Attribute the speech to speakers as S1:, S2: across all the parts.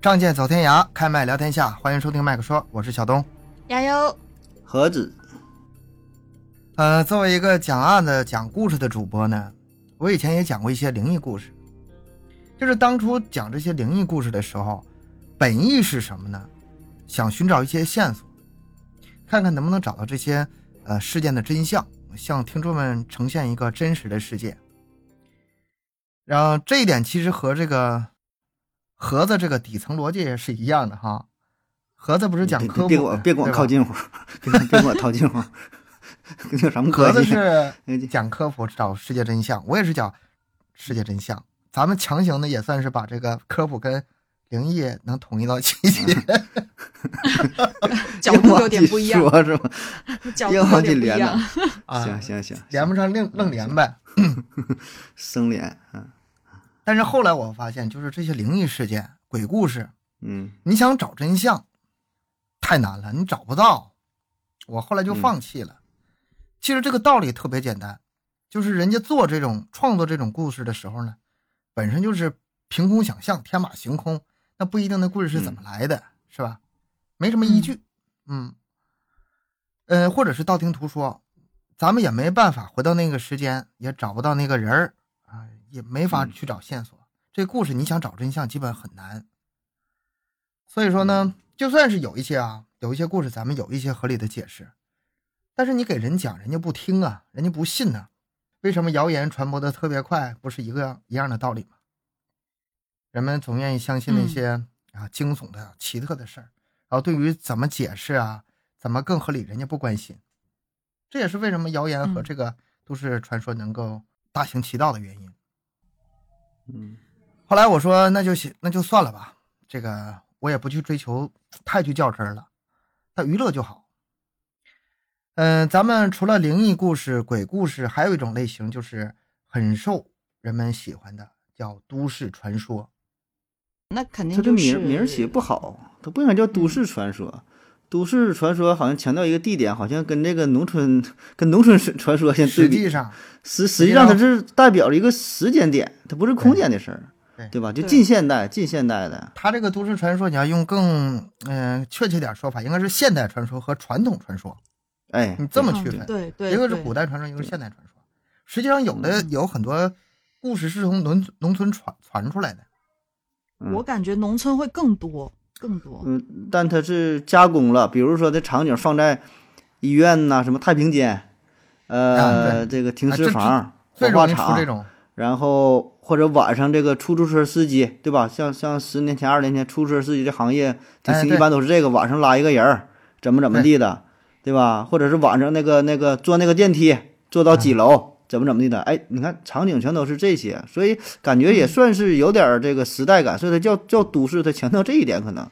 S1: 仗剑走天涯，开麦聊天下，欢迎收听麦克说，我是小东。
S2: 加油！
S3: 何止？
S1: 呃，作为一个讲案子、讲故事的主播呢，我以前也讲过一些灵异故事。就是当初讲这些灵异故事的时候，本意是什么呢？想寻找一些线索，看看能不能找到这些呃事件的真相，向听众们呈现一个真实的世界。然后这一点其实和这个盒子这个底层逻辑是一样的哈。盒子不是讲
S3: 别
S1: 科普
S3: 别别给我别给我
S1: 对吧
S3: 靠近乎，别给我别给我套近乎，跟你有什么
S1: 格
S3: 关
S1: 子
S3: 系？
S1: 是
S3: 哎这
S1: 讲科普，找世界真相，我也是讲世界真相。咱们强行的也算是把这个科普跟灵异能统一到 一起。
S2: 角度有点不一样
S3: 硬，往起说是吧？
S2: 角度
S3: 硬
S2: 有
S3: 往起
S2: 点不一
S3: 连
S2: 样
S3: 呢。。
S1: 啊
S3: 行行行，
S1: 连不上愣愣连呗。
S3: 生脸，嗯
S1: 但是后来我发现，就是这些灵异事件、鬼故事，
S3: 嗯
S1: 你想找真相太难了，你找不到。我后来就放弃了。其实这个道理特别简单，就是人家做这种创作这种故事的时候呢，本身就是凭空想象、天马行空，那不一定那故事是怎么来的，是吧？没什么依据，嗯，呃，或者是道听途说，咱们也没办法回到那个时间，也找不到那个人儿啊，也没法去找线索。这故事你想找真相，基本很难。所以说呢，就算是有一些啊，有一些故事咱们有一些合理的解释，但是你给人讲，人家不听啊，人家不信呐、为什么谣言传播的特别快，不是一个一样的道理吗？人们总愿意相信那些、啊惊悚的、奇特的事儿，然后对于怎么解释啊，怎么更合理，人家不关心。这也是为什么谣言和
S2: 嗯
S1: 这个都市传说能够大行其道的原因。
S3: 嗯
S1: 后来我说那就行，那就算了吧，这个我也不去追求太去较真儿了，那娱乐就好。嗯、咱们除了灵异故事、鬼故事，还有一种类型就是很受人们喜欢的，叫都市传说。
S2: 那肯定
S3: 他这
S2: 就
S3: 名
S2: 是嗯
S3: 儿名儿起不好，他不应该叫都市传说。都市传说好像强调一个地点，好像跟这个农村跟农村传说先对
S1: 实
S3: 比。
S1: 际上，
S3: 实实际上它是代表了一个时间点，它不是空间的事儿
S1: 对，
S3: 对吧？就
S2: 对
S3: 近现代，近现代的，
S1: 它这个都市传说，你要用更嗯、呃确切点说法，应该是现代传说和传统传说，
S3: 哎，
S1: 你这么
S2: 嗯
S1: 区分。
S2: 对对，
S1: 一个是
S2: 对
S1: 古代传说，一个是现代传说。实际上，有的
S2: 嗯
S1: 有很多故事是从农村农村传传出来的。
S3: 嗯
S2: 我感觉农村会更多更多。
S3: 嗯，但它是加工了，比如说这场景放在医院呐、什么太平间，
S1: 啊
S3: 呃，这个停
S1: 啊
S3: 尸
S1: 这
S3: 房、
S1: 最
S3: 火
S1: 容
S3: 化
S1: 易出这
S3: 场，
S1: 种
S3: 然后或者晚上这个出租车司机，对吧？像像十年前、二十年前，出租车司机这行业挺
S1: 哎
S3: 兴，
S1: 对哎
S3: 一般都是这个晚上拉一个人儿，怎么怎么地的，对吧？或者是晚上那个那个坐那个电梯坐到几楼，怎么怎么地的。哎，你看场景全都是这些，所以感觉也算是有点儿这个时代感，所以它叫叫都市，它强调这一点可能。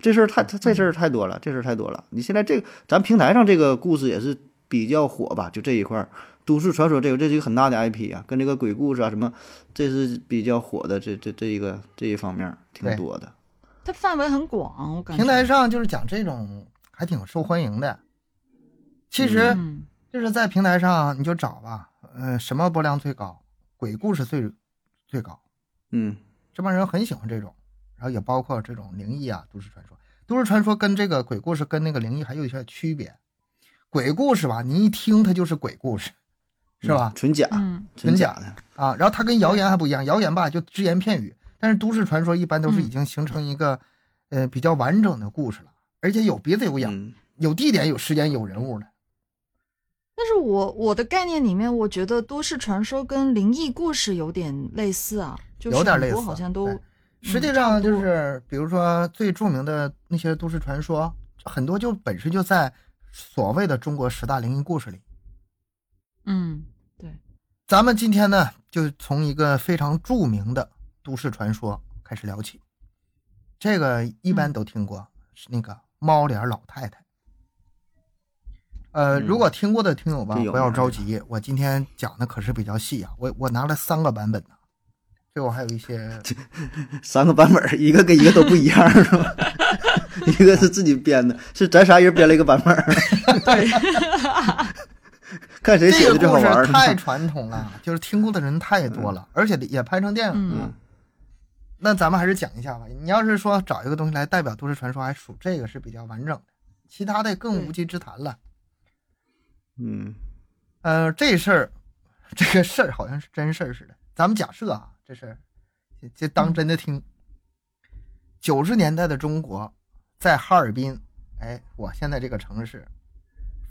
S3: 这事儿太，这事儿太多了，这事儿太多了。你现在这个，咱平台上这个故事也是比较火吧？就这一块儿，都市传说这个，这是一个很大的 IP 啊，跟这个鬼故事啊什么，这是比较火的，这这这一个这一方面儿挺
S1: 对
S3: 多的。
S2: 它范围很广，我感觉。
S1: 平台上就是讲这种还挺受欢迎的。其实
S2: 嗯，
S1: 就是在平台上你就找吧，呃，什么播量最高，鬼故事最最高，
S3: 嗯，
S1: 这帮人很喜欢这种，然后也包括这种灵异啊、都市传说。都市传说跟这个鬼故事跟那个灵异还有一些区别。鬼故事吧，你一听它就是鬼故事，是吧
S3: 嗯？纯假，
S2: 嗯，
S1: 纯
S3: 纯
S1: 假
S3: 假的，
S1: 啊，然后它跟谣言还不一样，谣言吧就只言片语，但是都市传说一般都是已经形成一个，呃，比较完整的故事了，而且有鼻子有眼，
S3: 嗯
S1: 有地点有时间有人物的。
S2: 但是我我的概念里面，我觉得都市传说跟灵异故事有点类似啊，就是
S1: 有点
S2: 很
S1: 类
S2: 多
S1: 似
S2: 好像都
S1: 对实际上就是，比如说最著名的那些都市传说，很多就本身就在所谓的中国十大灵异故事里。
S2: 嗯，对，
S1: 咱们今天呢，就从一个非常著名的都市传说开始聊起，这个一
S3: 嗯
S1: 般都听过，是那个猫脸老太太。呃，
S3: 嗯
S1: 如果听过的听友吧，
S3: 这有
S1: 不要
S3: 名儿
S1: 着急，我今天讲的可是比较细啊，我我拿了三个版本呢，对我还有一 些
S3: 三个版本儿， 一个跟一个都不一样，是吧？ 一个是自己编的，是咱仨人编了一个版本儿， 看谁写
S1: 这
S3: 的
S1: 个
S3: 最好
S1: 故
S3: 玩儿。
S1: 事
S3: 是吧嗯
S1: 太传统了，就是听过的人太多了，而且也拍成电影。
S2: 嗯
S1: 那咱们还是讲一下吧。你要是说找一个东西来代表都市传说，还属这个是比较完整的，其他的更无稽之谈了。
S3: 嗯
S1: 呃，这事儿，这个事儿好像是真事儿似的。咱们假设啊，这事儿，这这当真的听。九十年代的中国，在哈尔滨，哎，我现在这个城市，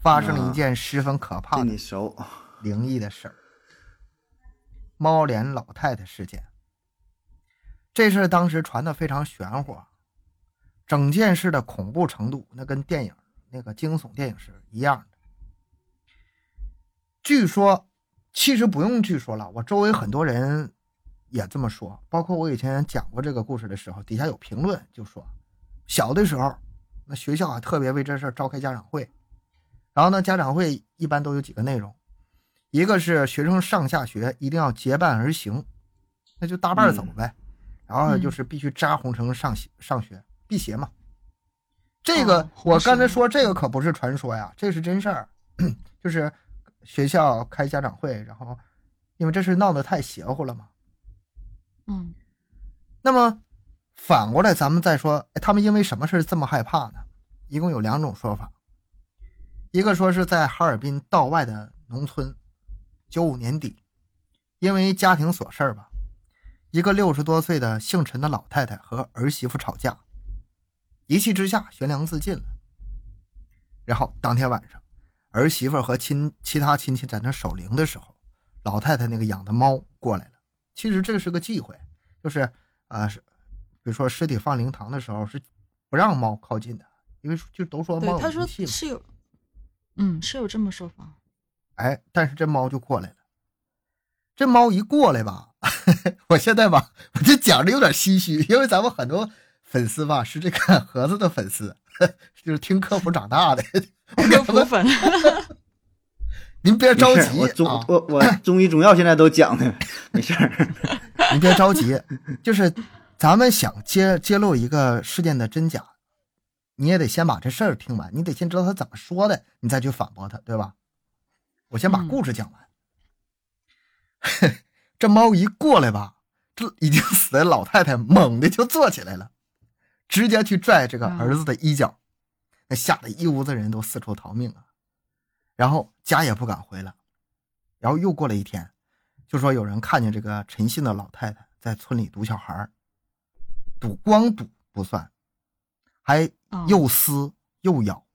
S1: 发生了一件十分可怕
S3: 这
S1: 的
S3: 你熟，
S1: 灵异的事儿——猫脸老太太事件。这事儿当时传的非常玄乎，啊整件事的恐怖程度那跟电影那个惊悚电影是一样的。据说，其实不用据说了，我周围很多人也这么说，包括我以前讲过这个故事的时候，底下有评论就说，小的时候，那学校啊特别为这事儿召开家长会，然后呢，家长会一般都有几个内容，一个是学生上下学一定要结伴而行，那就搭伴儿走呗，然后就是必须扎红绳上学上学，辟邪嘛。这个、
S2: 哦红
S1: 我刚才
S2: 绳
S1: 说这个可不是传说呀，这是真事儿， 就是学校开家长会，然后因为这事闹得太邪乎了嘛，
S2: 嗯
S1: 那么反过来，咱们再说、哎他们因为什么事儿这么害怕呢？一共有两种说法，一个说是在哈尔滨道外的农村，九五年底，因为家庭琐事儿吧，一个六十多岁的姓陈的老太太和儿媳妇吵架，一气之下悬梁自尽了。然后当天晚上，儿媳妇和亲其他亲戚在那守灵的时候，老太太那个养的猫过来了。其实这是个忌讳，就是啊，是比如说尸体放灵堂的时候是不让猫靠近的，因为就都说
S2: 对
S1: 猫，
S2: 他
S1: 有
S2: 说
S1: 灵气嘛。
S2: 是有，嗯，是有这么说 法。
S1: 哎，但是这猫就过来了。这猫一过来吧， 我现在吧，我就讲着有点唏嘘，因为咱们很多粉丝吧是这个 盒子的粉丝，就是听科普长大的。
S2: 科普粉，
S1: 您别着
S3: 没事儿
S1: 急
S3: 我中
S1: 啊，
S3: 我我中医中药现在都讲的，没事儿。
S1: 您别着急，就是咱们想揭揭露一个事件的真假，你也得先把这事儿听完，你得先知道他怎么说的，你再去反驳他，对吧？我先把
S2: 嗯
S1: 故事讲完。 这猫一过来吧，这已经死的老太太猛地就坐起来了，直接去拽这个儿子的衣角，那吓得一屋子人都四处逃命啊，然后家也不敢回了。然后又过了一天，就说有人看见这个陈信的老太太在村里堵小孩儿，堵光堵不算，还
S2: 哦
S1: 又撕又咬，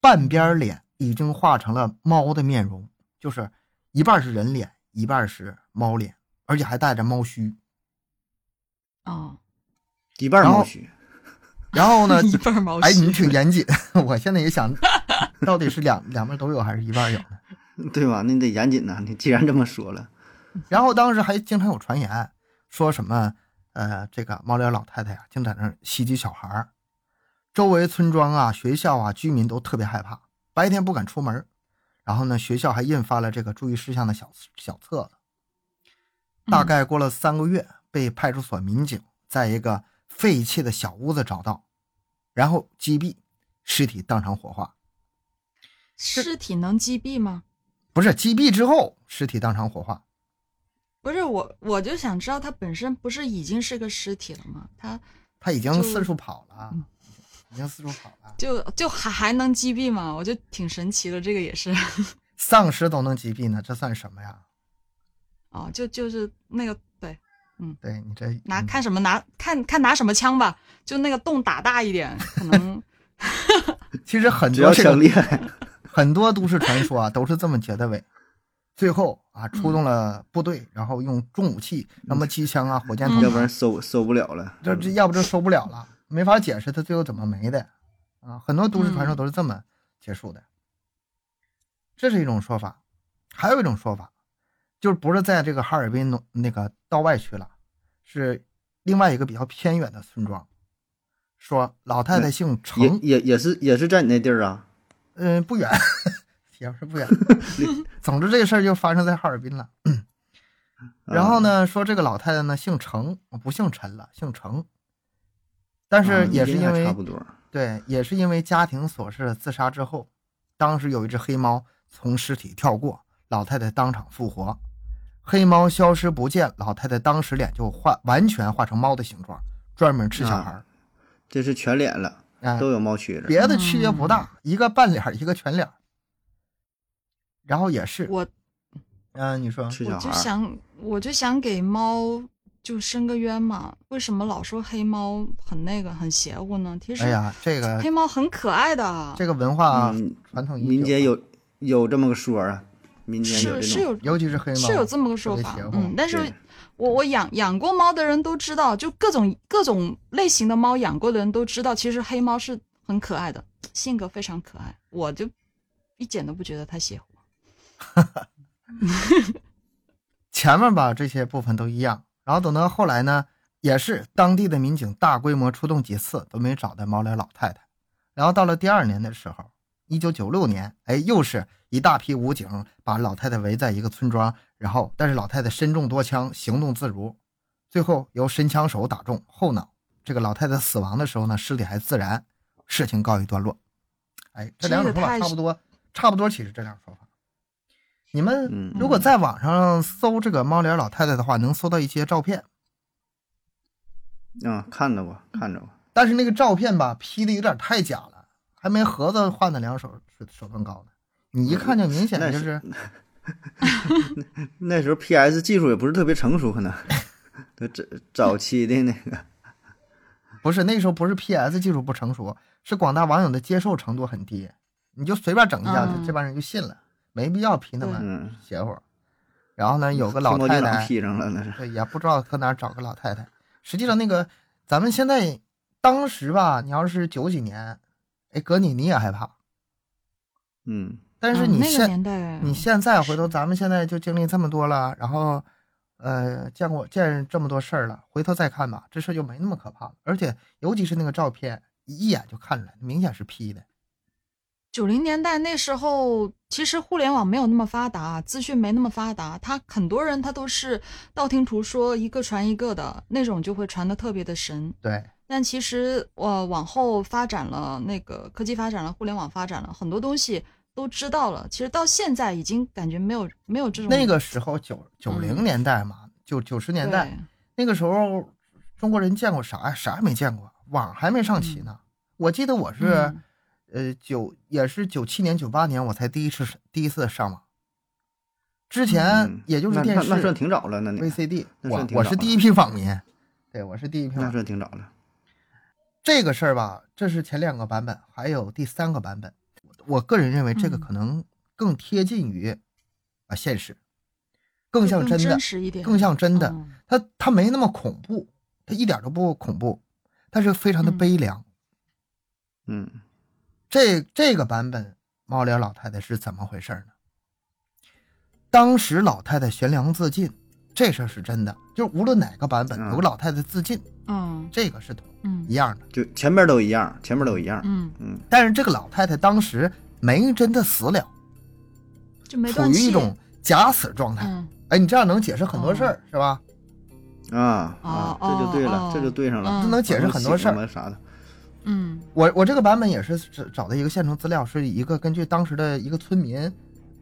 S1: 半边脸已经化成了猫的面容，就是一半是人脸，一半是猫脸，而且还带着猫须。
S2: 哦，，
S3: 一半儿毛须，
S1: 然后呢
S2: 一半毛
S1: 哎，你
S2: 须，
S1: 挺严谨， 我现在也想，到底是两两边都有还是一半有呢？
S3: 对吧？那你得严谨呐、你既然这么说了，
S1: 然后当时还经常有传言说什么，呃，这个猫脸老太太呀、净在那儿袭击小孩儿，周围村庄啊、学校啊，居民都特别害怕，白天不敢出门儿。然后呢，学校还印发了这个注意事项的小小册子。大概过了三个月，被派出所民警在一个废弃的小屋子找到，然后击毙，尸体当场火化。
S2: 尸体能击毙吗？
S1: 不是击毙之后，尸体当场火化。
S2: 不是我，我就想知道它本身不是已经是个尸体了吗？它
S1: 他已经
S2: 就
S1: 四处跑了，已经四处跑了。
S2: 就就还还能击毙吗？我就挺神奇的，这个也是。
S1: 丧尸都能击毙呢，这算什么呀？
S2: 哦，就就是那个对，
S1: 对你这
S2: 拿
S1: 嗯
S2: 看什么拿看看拿什么枪吧，就那个洞打大一点，可能
S1: 其实很
S3: 只要
S1: 多这
S3: 枪
S1: 个
S3: 厉害，
S1: 很多都市传说啊，都是这么结的尾。最后啊，出动了部队，然后用重武器，什么机枪啊、火
S2: 嗯
S1: 箭筒啊，
S3: 要不然收收不了了。嗯
S1: 这这要不就受不了了，没法解释他最后怎么没的啊。很多都市
S3: 嗯
S1: 传说都是这么结束的，这是一种说法，还有一种说法就是不是在这个哈尔滨农那个道外区了，是另外一个比较偏远的村庄，说老太太姓
S3: 也
S1: 程，
S3: 也也是也是在你那地儿啊，
S1: 嗯、不远， 也不是 不远，总之这个事儿就发生在哈尔滨了。
S3: 嗯
S1: 然后呢，说这个老太太呢姓程，不姓陈了，姓程。但
S3: 啊？
S1: 是
S3: 你
S1: 也是
S3: 这
S1: 因
S3: 还
S1: 为、
S3: 差不多，
S1: 对，也是因为家庭琐事自杀之后，当时有一只黑猫从尸体跳过，老太太当场复活，黑猫消失不见，老太太当时脸就化完全化成猫的形状，专门吃小孩儿。
S3: 这是全脸了，
S1: 哎，
S3: 啊都有猫须子。
S1: 别的区别不
S2: 嗯
S1: 大，一个半脸儿，一个全脸儿。然后也是，
S2: 我
S1: 嗯、你说
S3: 吃
S2: 我
S3: 小
S2: 就
S3: 孩儿，
S2: 想我就想给猫就伸个冤嘛，为什么老说黑猫很那个很邪乎呢？其
S1: 哎
S2: 实
S1: 呀，这个
S2: 黑猫很可爱的，
S1: 这个文化啊
S3: 嗯
S1: 传统已久
S3: 民间有有这么个说啊，民间
S2: 是
S3: 有这
S2: 是
S3: 种
S2: 有
S1: 尤其是黑猫
S2: 是有这么个说法
S1: 特别邪，乎
S2: 嗯，但是
S3: 对
S2: 我我养养过猫的人都知道，就各种各种类型的猫养过的人都知道，其实黑猫是很可爱的，性格非常可爱，我就一点都不觉得它邪乎。
S1: 前面吧这些部分都一样，然后等到后来呢，也是当地的民警大规模出动几次都没找到毛脸老太太，然后到了第二年的时候，一九九六年，哎，又是一大批武警把老太太围在一个村庄，然后但是老太太身中多枪，行动自如，最后由神枪手打中后脑。这个老太太死亡的时候呢，尸体还自燃，事情告一段落。哎，这两种说法
S2: 这个太
S1: 差不多，差不多其实这两种说法。你们
S3: 嗯
S1: 如果在网上搜这个猫脸老太太的话，能搜到一些照片，
S3: 嗯，看着过，看着过，
S1: 但是那个照片吧 P 的有点太假了，还没盒子画的两手手手段高呢。你一看就明显
S3: 那
S1: 就是是
S3: 那时候 PS 技术也不是特别成熟，可能都早早期的那个，
S1: 不是那时候不是 PS 技术不成熟，是广大网友的接受程度很低，你就随便整一下，
S2: 嗯
S1: 这这帮人就信了，没必要 P 那么
S3: 嗯，
S1: 邪乎。然后呢，有个
S3: 黑
S1: 老
S3: 猫
S1: 太
S3: 警长
S1: 太，
S3: 披上了那是，
S1: 对，也不知道搁哪儿找个老太太。实际上，那个咱们现在当时吧，你要是九几年，哎，搁你你也害怕。
S3: 嗯，
S1: 但是
S2: 嗯
S1: 你
S2: 那个
S1: 现、
S2: 年代，
S1: 你现在回头，咱们现在就经历这么多了，然后呃，见过见这么多事儿了，回头再看吧，这事儿就没那么可怕了。而且，尤其是那个照片，一眼就看出来，明显是 P 的。
S2: 九零年代那时候，其实互联网没有那么发达，资讯没那么发达，他很多人他都是道听途说，一个传一个的那种，就会传的特别的神。
S1: 对，
S2: 但其实呃，往后发展了，那个科技发展了，互联网发展了，很多东西都知道了。其实到现在已经感觉没有没有这种
S1: 那个时候九九零年代嘛，九九十年代，那个时候中国人见过啥呀？啥也没见过，网还没
S3: 嗯
S1: 上齐呢。我记得我
S2: 对
S1: 是、呃九也是九七年九八年我才第一次第一次上网，之前
S3: 嗯
S1: 也就是
S3: 那
S1: 电
S3: 那那算
S1: 视、
S3: 挺早了，那你
S1: VCD，
S3: 那
S1: 我
S3: 算挺
S1: 我
S3: 早
S1: 是
S3: 了
S1: 第一批网民，对我是第一批
S3: 那
S1: 网民。
S3: 算挺早了，
S1: 这个事儿吧，这是前两个版本，还有第三个版本，我个人认为这个
S2: 嗯
S1: 可能更贴近于啊现实，更像真的
S2: 真，实一点，
S1: 更像
S3: 哦
S1: 真的。
S2: 嗯
S1: 它它没那么恐怖，它一点都不恐怖，但是非常的
S2: 嗯
S1: 悲凉。
S3: 嗯，
S1: 这这个版本猫脸老太太是怎么回事呢？当时老太太悬梁自尽，这事儿是真的，就是无论哪个版本
S3: 嗯
S1: 有个老太太自尽，
S2: 嗯
S1: 这个是
S2: 嗯
S1: 一样的。
S3: 就前面都一样，前面都一样，
S2: 嗯，
S3: 嗯，
S1: 但是这个老太太当时没真的死了，
S2: 就没
S1: 处
S2: 断
S1: 于
S2: 气。
S1: 一种假死状态。
S2: 嗯
S1: 哎，你这样能解释很多事儿，是吧？
S3: 啊
S2: 哦
S3: 啊，这就对
S2: 哦
S3: 了，这就对上了，
S1: 这能解释很多事儿
S3: 然。后醒了啥的，
S2: 嗯
S1: 我我这个版本也是找找的一个现成资料，是一个根据当时的一个村民，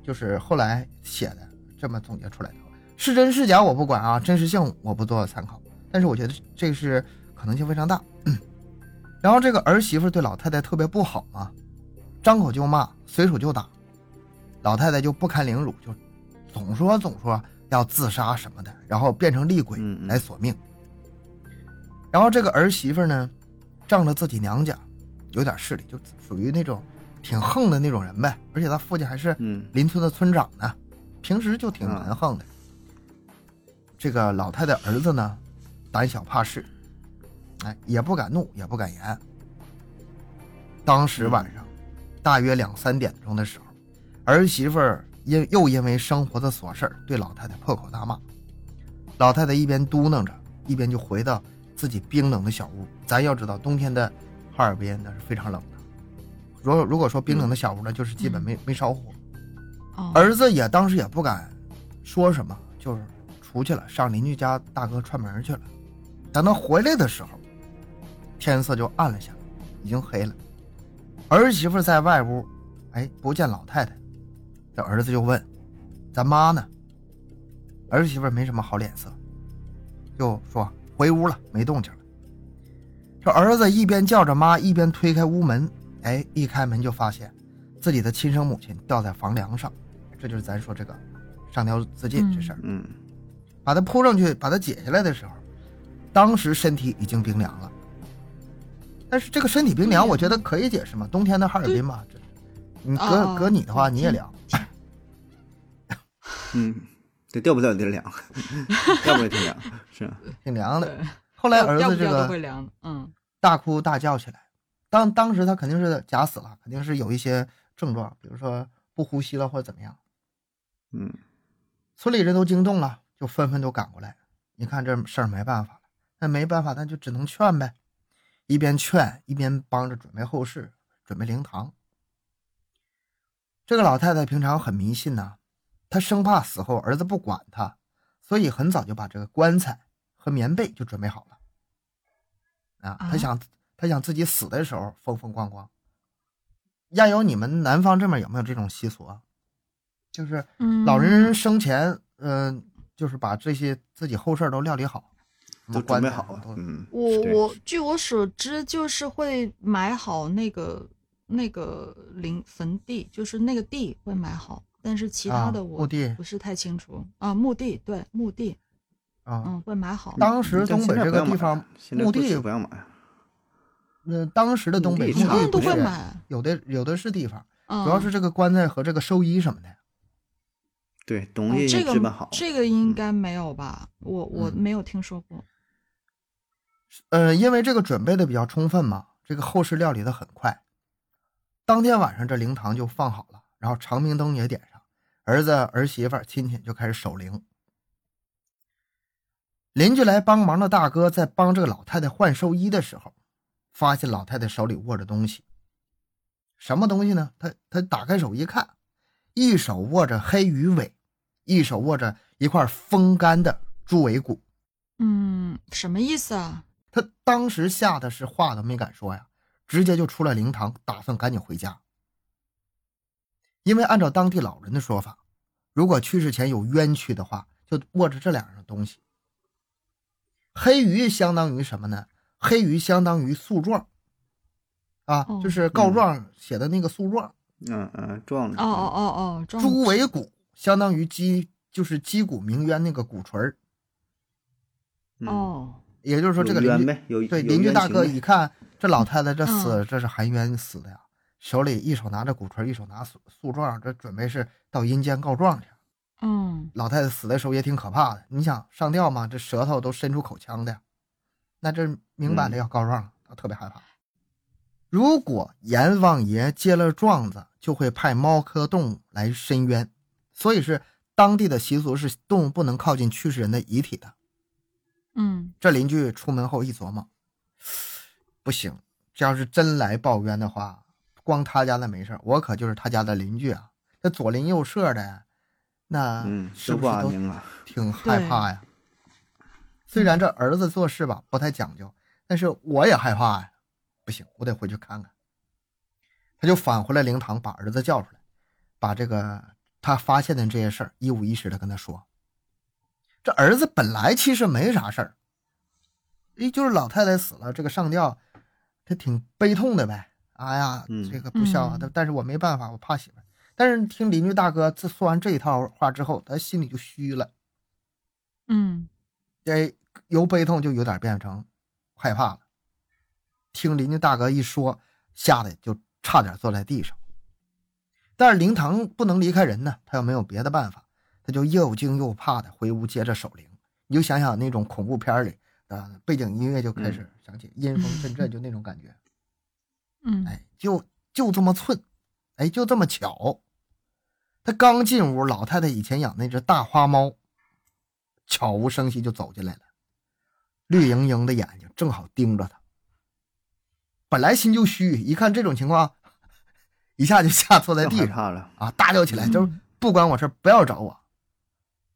S1: 就是后来写的这么总结出来的。是真是假我不管啊，真实性我不做参考，但是我觉得这是可能性非常大。 然后这个儿媳妇对老太太特别不好嘛，张口就骂，随手就打，老太太就不堪凌辱，就总说总说要自杀什么的，然后变成厉鬼
S3: 嗯嗯
S1: 来索命。然后这个儿媳妇呢，仗着自己娘家有点势力，就属于那种挺横的那种人呗，而且她父亲还是
S3: 嗯
S1: 邻村的村长呢，平时就挺蛮横的。这个老太太儿子呢，胆小怕事，哎，也不敢怒，也不敢言。当时晚上，大约两三点钟的时候，儿媳妇儿因又因为生活的琐事儿对老太太破口大骂。老太太一边嘟囔着，一边就回到自己冰冷的小屋。咱要知道，冬天的哈尔滨那是非常冷的。如果如果说冰冷的小屋呢，就是基本没没烧火。
S2: 哦
S1: 儿子也当时也不敢说什么，就是出去了，上邻居家大哥串门去了。等他回来的时候，天色就暗了下来，已经黑了。儿媳妇在外屋，哎，不见老太太，这儿子就问：“咱妈呢？”儿媳妇儿没什么好脸色，就说回屋了，没动静了。这儿子一边叫着妈，一边推开屋门，哎，一开门就发现自己的亲生母亲吊在房梁上，这就是咱说这个上吊自尽这事儿。
S3: 嗯
S1: 把他扑上去，把他解下来的时候，当时身体已经冰凉了。但是这个身体冰凉，
S2: 对呀
S1: 我觉得可以解释嘛，冬天的哈尔滨嘛，这你
S2: 哦
S1: 搁
S2: 哦
S1: 搁你的话
S2: 嗯
S1: 你也凉，
S3: 嗯，这掉不掉也得凉， 掉不也挺凉，是啊
S1: 挺凉的。
S2: 对
S1: 后来儿
S2: 要
S1: 子
S2: 不
S1: 这
S2: 要都会
S1: 个
S2: 凉的，嗯
S1: 大哭大叫起来，当当时他肯定是假死了，肯定是有一些症状，比如说不呼吸了或者怎么样。
S3: 嗯
S1: 村里人都惊动了，就纷纷都赶过来。你看这事儿没办法了，那没办法，那就只能劝呗，一边劝一边帮着准备后事，准备灵堂。这个老太太平常很迷信呐、她生怕死后儿子不管她，所以很早就把这个棺材和棉被就准备好了。啊，她
S2: 啊
S1: 想她想自己死的时候风风光光。亚友，你们南方这边有没有这种习俗啊？就是
S2: 嗯，
S1: 老人生前，嗯、就是把这些自己后事儿都料理好，啊什么
S3: 都准
S1: 棺材
S3: 备好了
S1: 都，
S3: 嗯，
S2: 我
S3: 对
S2: 我据我所知，就是会买好那个那个陵坟地，就是那个地会买好，但是其他
S1: 啊
S2: 的我
S1: 墓地
S2: 不是太清楚啊。墓地对墓地，
S1: 啊、
S2: 嗯，会买好。
S1: 当时
S3: 但
S1: 东北这
S3: 现在不
S1: 个
S3: 要
S1: 地
S3: 买
S1: 方
S3: 现在
S1: 墓
S3: 不
S1: 地
S3: 是，不要买，
S1: 呃，当时的东北
S3: 墓
S1: 墓
S3: 地
S2: 很
S1: 地不
S2: 多人嗯都
S1: 是
S2: 会，买，
S1: 有的有的是地方，
S2: 嗯，
S1: 主要是这个棺材和这个寿衣什么的。
S3: 对，东
S2: 哦
S3: 西
S2: 这
S3: 置办好
S2: 个，这个应
S3: 嗯
S2: 该没有吧？我我
S1: 嗯
S2: 没有听说过。
S1: 呃，因为这个准备的比较充分嘛，这个后事料理的很快。当天晚上这灵堂就放好了，然后长明灯也点上，儿子、儿媳妇儿、亲戚就开始守灵。邻居来帮忙的大哥在帮这个老太太换寿衣的时候，发现老太太手里握着东西，什么东西呢？他他打开手一看，一手握着黑鱼尾，一手握着一块风干的猪尾骨。
S2: 嗯，什么意思啊？
S1: 他当时吓得是话都没敢说呀，直接就出了灵堂，打算赶紧回家。因为按照当地老人的说法，如果去世前有冤屈的话，就握着这两样东西。黑鱼相当于什么呢？黑鱼相当于诉状，啊，
S2: 哦
S1: 就是告状写的那个诉状。
S3: 嗯嗯，撞
S2: 哦
S3: 了，
S2: 哦哦哦，撞
S1: 猪
S2: 了
S1: 尾骨相当于鸡，就是击鼓鸣冤那个鼓槌儿。
S3: 嗯，
S2: 哦，
S1: 也就是说，这个
S3: 有
S1: 邻居
S3: 冤呗，有
S1: 对，
S3: 有
S1: 邻居
S3: 冤
S1: 大
S3: 情
S1: 哥
S3: 呗
S1: 一看这老太太这死，这是含冤死的呀，手里一手拿着鼓槌，一手拿诉诉状，这准备是到阴间告状去。
S2: 嗯
S1: 老太太死的时候也挺可怕的，你想上吊嘛，这舌头都伸出口腔的，那这明摆着要告状了，她特别害怕。如果阎王爷接了状子，就会派猫科动物来伸冤，所以是当地的习俗是动物不能靠近去世人的遗体的。
S2: 嗯，
S1: 这邻居出门后一琢磨，不行，这要是真来抱怨的话，光他家的没事儿我可就是他家的邻居啊。这左邻右舍的，那
S3: 嗯，
S1: 是
S3: 都
S1: 不
S3: 不
S1: 是
S3: 安
S1: 都
S3: 宁啊，
S1: 挺害怕呀？虽然这儿子做事吧不太讲究，但是我也害怕呀。不行，我得回去看看。他就返回来灵堂，把儿子叫出来，把这个他发现的这些事儿一五一十的跟他说。这儿子本来其实没啥事儿，一就是老太太死了，这个上吊，他挺悲痛的呗。哎呀
S3: 嗯，
S1: 这个不孝啊！
S2: 嗯
S1: 但、但是我没办法，我怕媳妇儿。但是听邻居大哥自说完这一套话之后，他心里就虚了。
S2: 嗯
S1: 这由悲痛就有点变成害怕了。听邻居大哥一说，吓得就差点坐在地上。但是灵堂不能离开人呢，他又没有别的办法，他就又惊又怕的回屋接着守灵。你就想想那种恐怖片儿里啊，背景音乐就开始响起，阴风阵阵，就那种感觉。
S2: 嗯，
S1: 哎，就就这么寸，哎，就这么巧。他刚进屋，老太太以前养那只大花猫，悄无声息就走进来了，绿莹莹的眼睛正好盯着他。本来心就虚，一看这种情况，一下就吓坐在
S3: 更
S1: 地
S3: 害
S1: 上
S3: 怕了，
S1: 啊，大叫起来，就是不关我事，不要找我。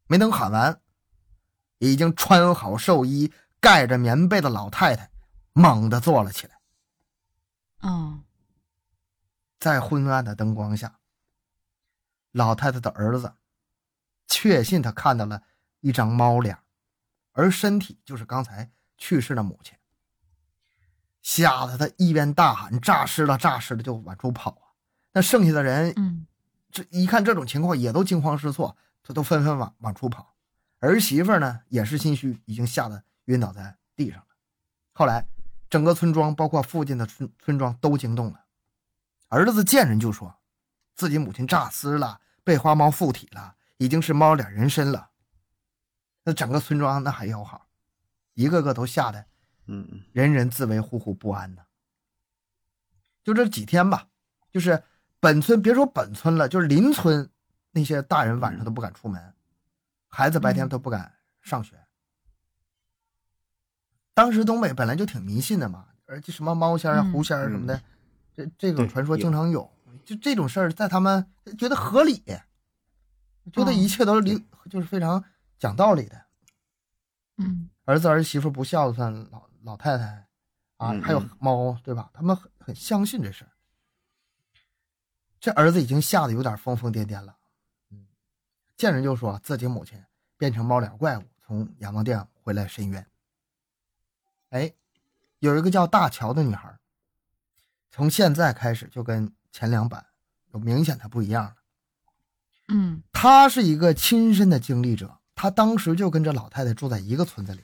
S1: 没等喊完，已经穿好寿衣、盖着棉被的老太太猛地坐了起来。
S2: 嗯
S1: 在昏暗的灯光下，老太太的儿子确信他看到了一张猫脸儿，而身体就是刚才去世的母亲。吓得他一边大喊“诈尸了，诈尸了”，就往出跑啊。那剩下的人
S2: 嗯，
S1: 这一看这种情况，也都惊慌失措，他都纷纷往往出跑。儿媳妇儿呢，也是心虚，已经吓得晕倒在地上了。后来，整个村庄，包括附近的村村庄都惊动了。儿子见人就说，自己母亲诈尸了，被花猫附体了，已经是猫脸人身了。那整个村庄那还要好，一个个都吓得
S3: 嗯
S1: 人人自危，呼呼不安呐。就这几天吧，就是本村，别说本村了，就是邻村那些大人晚上都不敢出门，孩子白
S2: 嗯
S1: 天都不敢上学。当时东北本来就挺迷信的嘛，而且什么猫仙儿啊、
S2: 嗯
S1: 狐仙儿什么的，这这种
S3: 对
S1: 传说
S3: 有
S1: 经常有。就这种事儿，在他们觉得合理，觉得
S2: 嗯
S1: 一切都是理，就是非常讲道理的。
S2: 嗯，
S1: 儿子儿媳妇不孝顺老老太太啊，
S3: 嗯
S1: 还有
S3: 嗯
S1: 猫，对吧？他们很很相信这事儿。这儿子已经吓得有点疯疯癫癫了，嗯，见人就说自己母亲变成猫脸怪物从阎王殿回来申冤。哎，有一个叫大乔的女孩儿，从现在开始就跟前两版有明显的不一样了。
S2: 嗯，
S1: 他是一个亲身的经历者，他当时就跟这老太太住在一个村子里。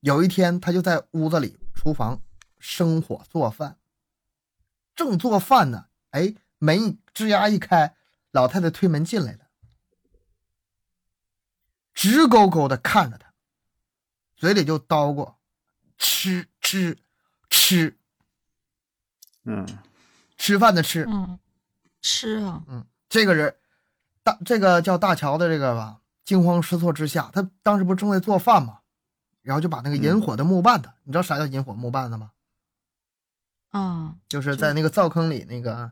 S1: 有一天，他就在屋子里厨房生火做饭，正做饭呢，哎，门一吱呀一开，老太太推门进来了，直勾勾的看着他，嘴里就叨咕：“吃吃吃，
S3: 嗯
S1: 吃饭的吃。”
S2: 嗯，吃啊，
S1: 嗯，这个人，大这个叫大乔的这个吧，惊慌失措之下，他当时不是正在做饭吗？然后就把那个
S2: 嗯
S1: 引火的木棒子，你知道啥叫引火木棒子吗？
S2: 啊，
S1: 就是
S2: 是
S1: 在那个灶坑里那个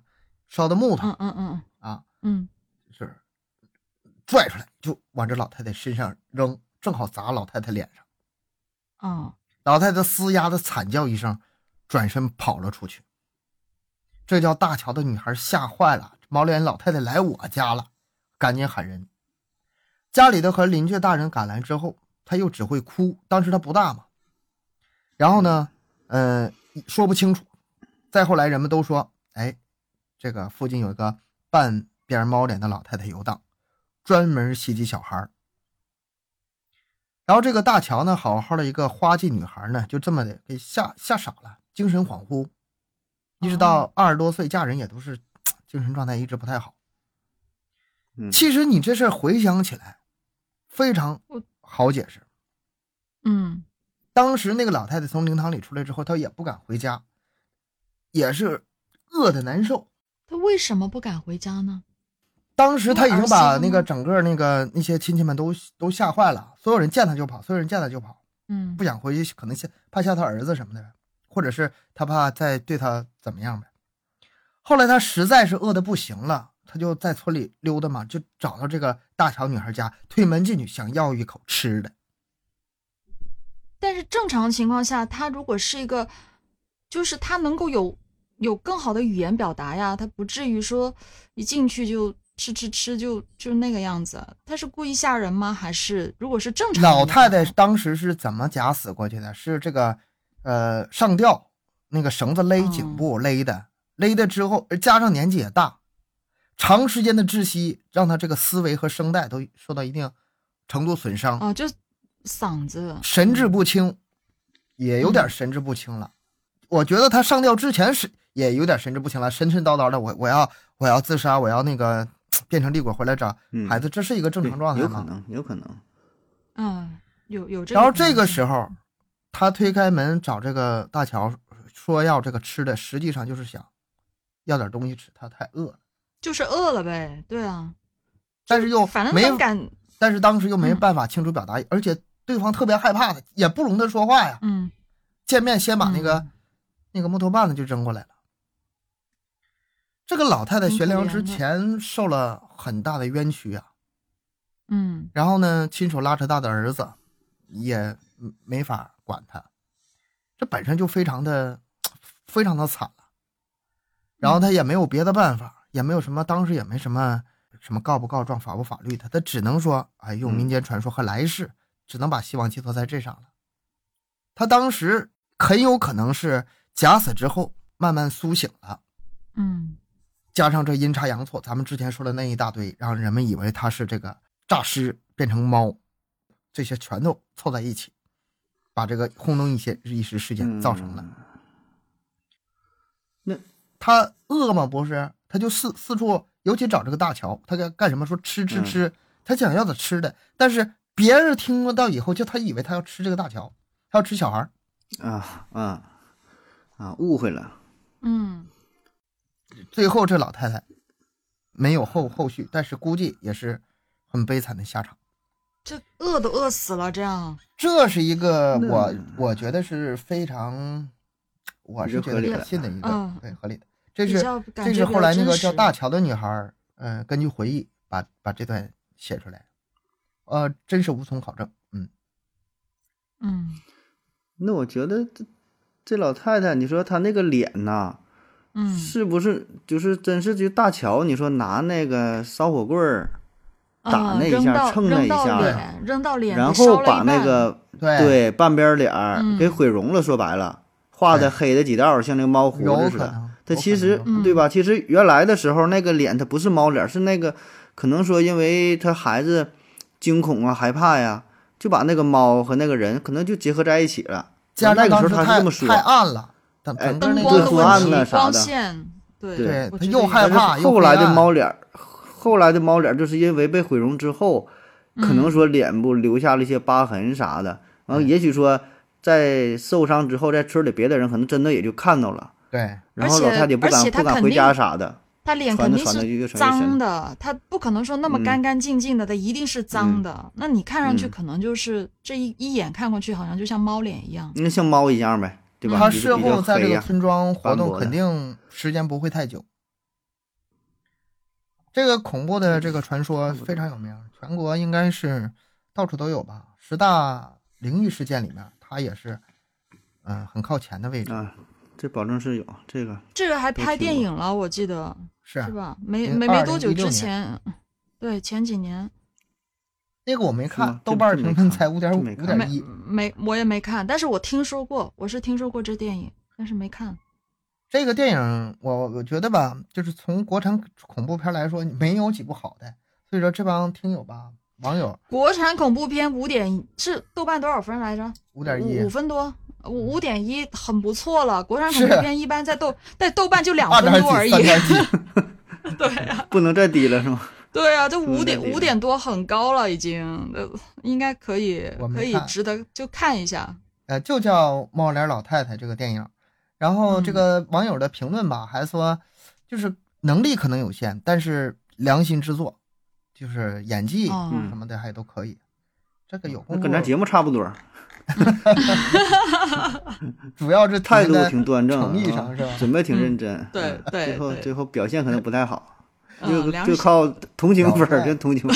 S1: 烧的木头
S2: 嗯嗯嗯
S1: 啊，
S2: 嗯
S1: 是拽出来就往这老太太身上扔，正好砸老太太脸上。
S2: 嗯啊，
S1: 老太太嘶哑的惨叫一声，转身跑了出去。这叫大乔的女孩吓坏了，毛脸老太太来我家了，赶紧喊人。家里的和邻居大人赶来之后，她又只会哭，当时她不大嘛。然后呢，呃，说不清楚。再后来，人们都说，哎，这个附近有一个半边猫脸的老太太游荡，专门袭击小孩儿。然后这个大乔呢，好好的一个花季女孩呢，就这么的给吓吓傻了，精神恍惚，一直到二十多岁嫁人，也都是精神状态一直不太好。
S3: 嗯
S1: 其实你这事儿回想起来，非常
S2: 我
S1: 好解释。
S2: 嗯
S1: 当时那个老太太从灵堂里出来之后，她也不敢回家，也是饿得难受。
S2: 他为什么不敢回家呢？
S1: 当时她已经把
S2: 因为儿媳妇吗
S1: 那个整个那个那些亲戚们都都吓坏了，所有人见她就跑，所有人见她就跑，
S2: 嗯
S1: 不想回去，可能吓怕吓她儿子什么的，或者是她怕再对她怎么样呗。后来她实在是饿得不行了，她就在村里溜达嘛，就找到这个大乔女孩家，推门进去想要一口吃的。
S2: 但是正常情况下，他如果是一个，就是他能够有有更好的语言表达呀，他不至于说一进去就吃吃吃就就那个样子。他是故意吓人吗？还是如果是正常人的话
S1: 老太太当时是怎么假死过去的？是这个，呃，上吊，那个绳子勒颈部勒的，勒的之后，呃加上年纪也大，长时间的窒息让她这个思维和声带都受到一定程度损伤，
S2: 啊，就嗓子
S1: 神志不清，也有点神志不清了。我觉得她上吊之前是也有点神志不清了，神神叨叨的，我我要我要自杀，我要那个变成厉鬼回来找
S3: 嗯，
S1: 孩子，这是一个正常状态
S3: 有
S1: 吗
S3: 可？能，有可能，
S2: 嗯，有有这个。
S1: 然后这个时，候，他推开门找这个大乔说要这个吃的，实际上就是想要点东西吃，他太饿了，
S2: 就是饿了呗，对啊，
S1: 但是又
S2: 反正
S1: 哦没
S2: 能，敢，
S1: 但是当时又没
S2: 嗯
S1: 办法清楚表达，而且对方特别害怕他，也不容他说话呀。
S2: 嗯，
S1: 见面先把那个、
S2: 嗯
S1: 那个木头棒子就扔过来了。这个老太太
S2: 挺可
S1: 悬梁之
S2: 怜的
S1: 前受了很大的冤屈啊，
S2: 嗯
S1: 然后呢，亲手拉扯大的儿子也没法管他，这本身就非常的非常的惨了。然后他也没有别的办法，也没有什么，当时也没什么什么告不告状、法不法律的，他只能说，哎，用民间传说和来世，只能把希望寄托在这上了。他当时很有可能是假死之后慢慢苏醒了，
S2: 嗯
S1: 加上这阴差阳错，咱们之前说的那一大堆，让人们以为他是这个诈尸变成猫，这些全都凑在一起，把这个轰动一些一时事件造成了。
S3: 嗯
S1: 他饿嘛不是，他就四四处，尤其找这个大乔，他干干什么？说吃吃吃，他想要的吃的，但是别人听不到以后，就他以为他要吃这个大乔，他要吃小孩儿，
S3: 啊啊啊！误会了，
S2: 嗯
S1: 最后这老太太没有后后续，但是估计也是很悲惨的下场。
S2: 这饿都饿死了，这样
S1: 这是一个
S3: 那嗯
S1: 我我觉得是非常，我是觉得可信的一个
S2: 嗯，
S1: 对合理的。这
S2: 比
S1: 是
S2: 较感
S1: 这是
S2: 觉比
S1: 后
S2: 较
S1: 来那
S2: 真
S1: 个叫
S2: 实。
S1: 大乔的女孩儿，呃，根据回忆把把这段写出来，呃，真是无从考证。嗯，
S2: 嗯
S3: 那我觉得这这老太太，你说她那个脸呐、
S2: 嗯
S3: 是不是就是真是就大乔？你说拿那个烧火棍儿，打
S2: 啊
S3: 那一
S2: 扔
S3: 下
S2: 到
S3: 蹭那
S2: 扔
S3: 一
S2: 到
S3: 下
S2: 脸扔到脸，
S3: 然
S2: 给烧
S3: 后
S2: 了一
S3: 把那
S2: 半
S3: 个
S1: 对
S3: 半边脸儿
S2: 嗯
S3: 给毁容了，说白了，画
S1: 对
S3: 的黑的几道儿，像那个猫胡
S1: 哎有
S3: 子
S1: 可
S3: 似的。
S1: 能。
S3: 它
S1: 有
S3: 其
S1: 可能
S3: 实
S1: 有
S2: 能
S3: 对吧？其实原来的时候那个脸它不是猫脸儿，是那个可能说因为他孩子惊恐啊、害怕呀，就把那个猫和那个人可能就结合在一起了。
S1: 加上
S3: 那个
S1: 当
S3: 时
S1: 时
S3: 候他是这么说
S1: 太太暗了，整
S3: 哎
S1: 整个
S2: 灯
S1: 那
S2: 光
S3: 对
S2: 的
S1: 个
S3: 昏暗
S2: 问
S3: 了
S2: 题，
S3: 啥
S2: 光
S3: 的
S2: 线，对
S3: 对
S2: 我
S1: 他
S2: 觉得
S1: 又
S2: 也
S1: 害
S2: 是
S1: 怕
S3: 但是
S1: 又
S3: 后来
S1: 黑
S3: 的
S1: 暗
S3: 猫脸儿，后来的猫脸儿就是因为被毁容之后，可
S1: 嗯
S3: 能说脸部留下了一些疤痕啥的，然后也许说在受伤之后，在村里别的人可能真的也就看到了，
S1: 对
S3: 然后老
S2: 而且
S3: 太太也不
S2: 而
S3: 敢
S2: 且她
S3: 不敢
S2: 肯
S3: 回家
S2: 定
S3: 啥的，
S2: 他脸
S3: 传
S2: 肯定
S3: 着传着就越
S2: 是
S3: 传越深
S2: 脏的，他不可能说那么
S3: 嗯
S2: 干干净净的，他一定是脏
S3: 嗯
S2: 的。那你看上去
S3: 嗯
S2: 可能就是这一一眼看过去，好像就像猫脸一样。
S3: 那像猫一样呗，对吧？
S1: 他
S3: 比
S1: 嗯事
S3: 较比较
S1: 后在这
S3: 黑
S1: 个
S3: 呀，
S1: 村庄活
S3: 斑
S1: 动
S3: 驳
S1: 肯
S3: 的
S1: 定时间不会太久。这个恐怖的这个传说非常有名，全国应该是到处都有吧。十大灵异事件里面，它也是，嗯、很靠前的位置。
S3: 啊，这保证是有这个，
S2: 这个还
S3: 都
S2: 拍
S3: 听
S2: 电
S3: 过
S2: 影了，我记得
S1: 是啊嗯
S2: 是吧？没
S1: 零
S2: 没没多
S1: 2016
S2: 久之
S1: 年
S2: 前，对前几年
S1: 那个我没
S3: 是
S1: 看
S3: 吗，
S1: 豆
S3: 这
S1: 瓣
S3: 这
S1: 评
S3: 没
S1: 分
S3: 看
S1: 才五点
S3: 这
S1: 五
S3: 没
S1: 五
S3: 看
S1: 点
S2: 没
S1: 一，
S2: 没我也没看，但是我听说过，我是听说过这电影，但是没看。
S1: 这个电影，我我觉得吧，就是从国产恐怖片来说，没有几部好的。所以说，这帮听友吧，网友
S2: 国产恐怖片五点是豆瓣多少分来着？
S1: 五点
S2: 五五
S1: 一，
S2: 分多，五五点一很不错了。国产恐
S1: 是
S2: 怖片一般在豆在豆瓣就两
S1: 二
S2: 分
S1: 点几，
S2: 多
S1: 三
S2: 而已。
S1: 点几，
S2: 对啊，
S3: 不能再低了是吗？
S2: 对啊，这
S3: 能
S2: 五
S3: 再
S2: 点
S3: 低
S2: 五点多很高了，已经，呃应该可以
S1: 我没
S2: 可以
S1: 看
S2: 值得就看一 下。
S1: 呃，就叫《猫脸老太太》这个电影。然后这
S2: 嗯
S1: 个网友的评论吧，还说就是能力可能有限，但是良心之作，就是演技啊
S2: 哦
S1: 什么的还都可以。这 个有
S3: 嗯那
S1: 功夫
S3: 跟，咱节目差不多，
S1: 主要是
S3: 态
S1: 体
S3: 度
S1: 现在
S3: 挺端正，
S1: 诚意
S3: 啊
S1: 上是吧
S3: 准备挺认真，
S2: 对
S3: 嗯
S2: 对
S3: 最后
S2: 对
S3: 最后表现可能不太好，
S2: 嗯，
S3: 就
S2: 梁
S3: 就
S2: 实
S3: 靠同情分
S1: 表
S3: 儿
S1: 现
S3: 跟同情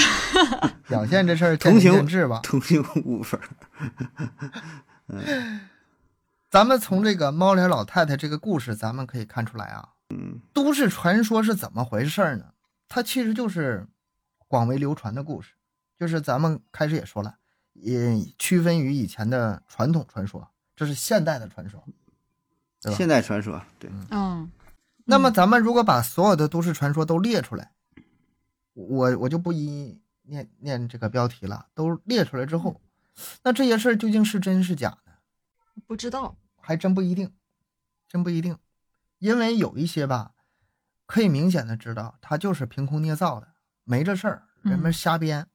S1: 表现这事儿见
S3: 同
S1: 仁
S3: 情
S1: 见智吧。
S3: 同情五分儿，
S1: 咱们从这个猫脸老太太这个故事，咱们可以看出来啊，嗯，都市传说是怎么回事儿呢？它其实就是广为流传的故事，就是咱们开始也说了，也区分于以前的传统传说，这是现代的传说。对吧
S3: 现代传说对。
S2: 嗯
S1: 那么咱们如果把所有的都市传说都列出来，我我就不一一念念这个标题了，都列出来之后，那这些事儿究竟是真是假呢？
S2: 不知道，
S1: 还真不一定，真不一定，因为有一些吧，可以明显的知道它就是凭空捏造的，没这事儿，人们
S2: 嗯
S1: 瞎编。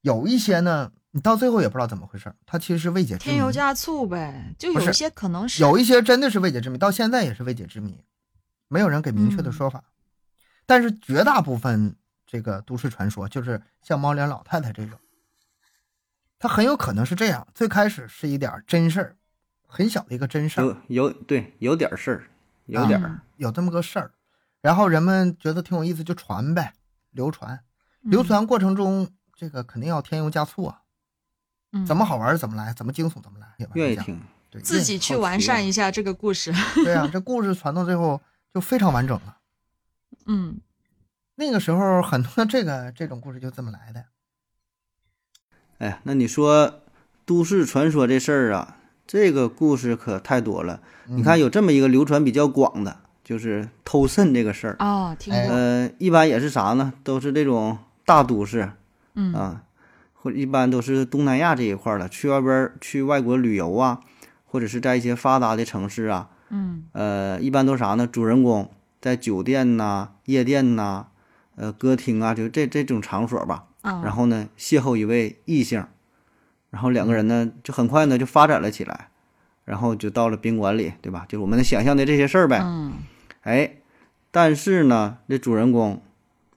S1: 有一些呢，你到最后也不知道怎么回事儿，它其实是未解之
S2: 添
S1: 谜
S2: 油。加醋呗。
S1: 嗯
S2: 就
S1: 不
S2: 有一
S1: 是
S2: 些可能是
S1: 有一些真的是未解之谜，到现在也是未解之谜，没有人给明确的
S2: 嗯
S1: 说法。但是绝大部分这个都市传说，就是像猫脸老太太这种，它很有可能是这样，最开始是一点儿真事儿，很小的一个真事儿。
S3: 有有对有点事儿，
S2: 啊
S3: 有点
S2: 嗯
S3: 儿，
S1: 有这么个事儿，然后人们觉得挺有意思，就传呗，流传。
S2: 嗯
S1: 流传过程中，这个肯定要添油加醋啊，
S2: 嗯
S1: 怎么好玩儿怎么来，怎么惊悚怎么来，也吧
S3: 愿意
S1: 这样
S3: 听。
S1: 对
S2: 自己去
S3: 好奇
S2: 完
S3: 啊
S2: 善一下这个故事。
S1: 愿意对啊，这故事传到最后就非常完整了。
S2: 嗯
S1: 那个时候很多这个这种故事就这么来的。
S3: 哎呀，那你说都市传说这事儿啊，这个故事可太多了。你看有这么一个流传比较广的，就是偷肾这个事儿。
S2: 哦，听过，
S3: 呃，一般也是啥呢？都是这种大都市
S2: 嗯
S3: 啊，或者一般都是东南亚这一块儿的，去外边儿去外国旅游啊，或者是在一些发达的城市啊，
S2: 嗯
S3: 呃，一般都啥呢？主人公在酒店呐、夜店呐、呃，歌厅啊，就这这种场所吧。
S2: 啊，
S3: 然后呢，邂逅一位异性，然后两个人呢就很快呢就发展了起来，然后就到了宾馆里，对吧？就是我们能想象的这些事儿呗。
S2: 嗯
S3: 哎，但是呢，这主人公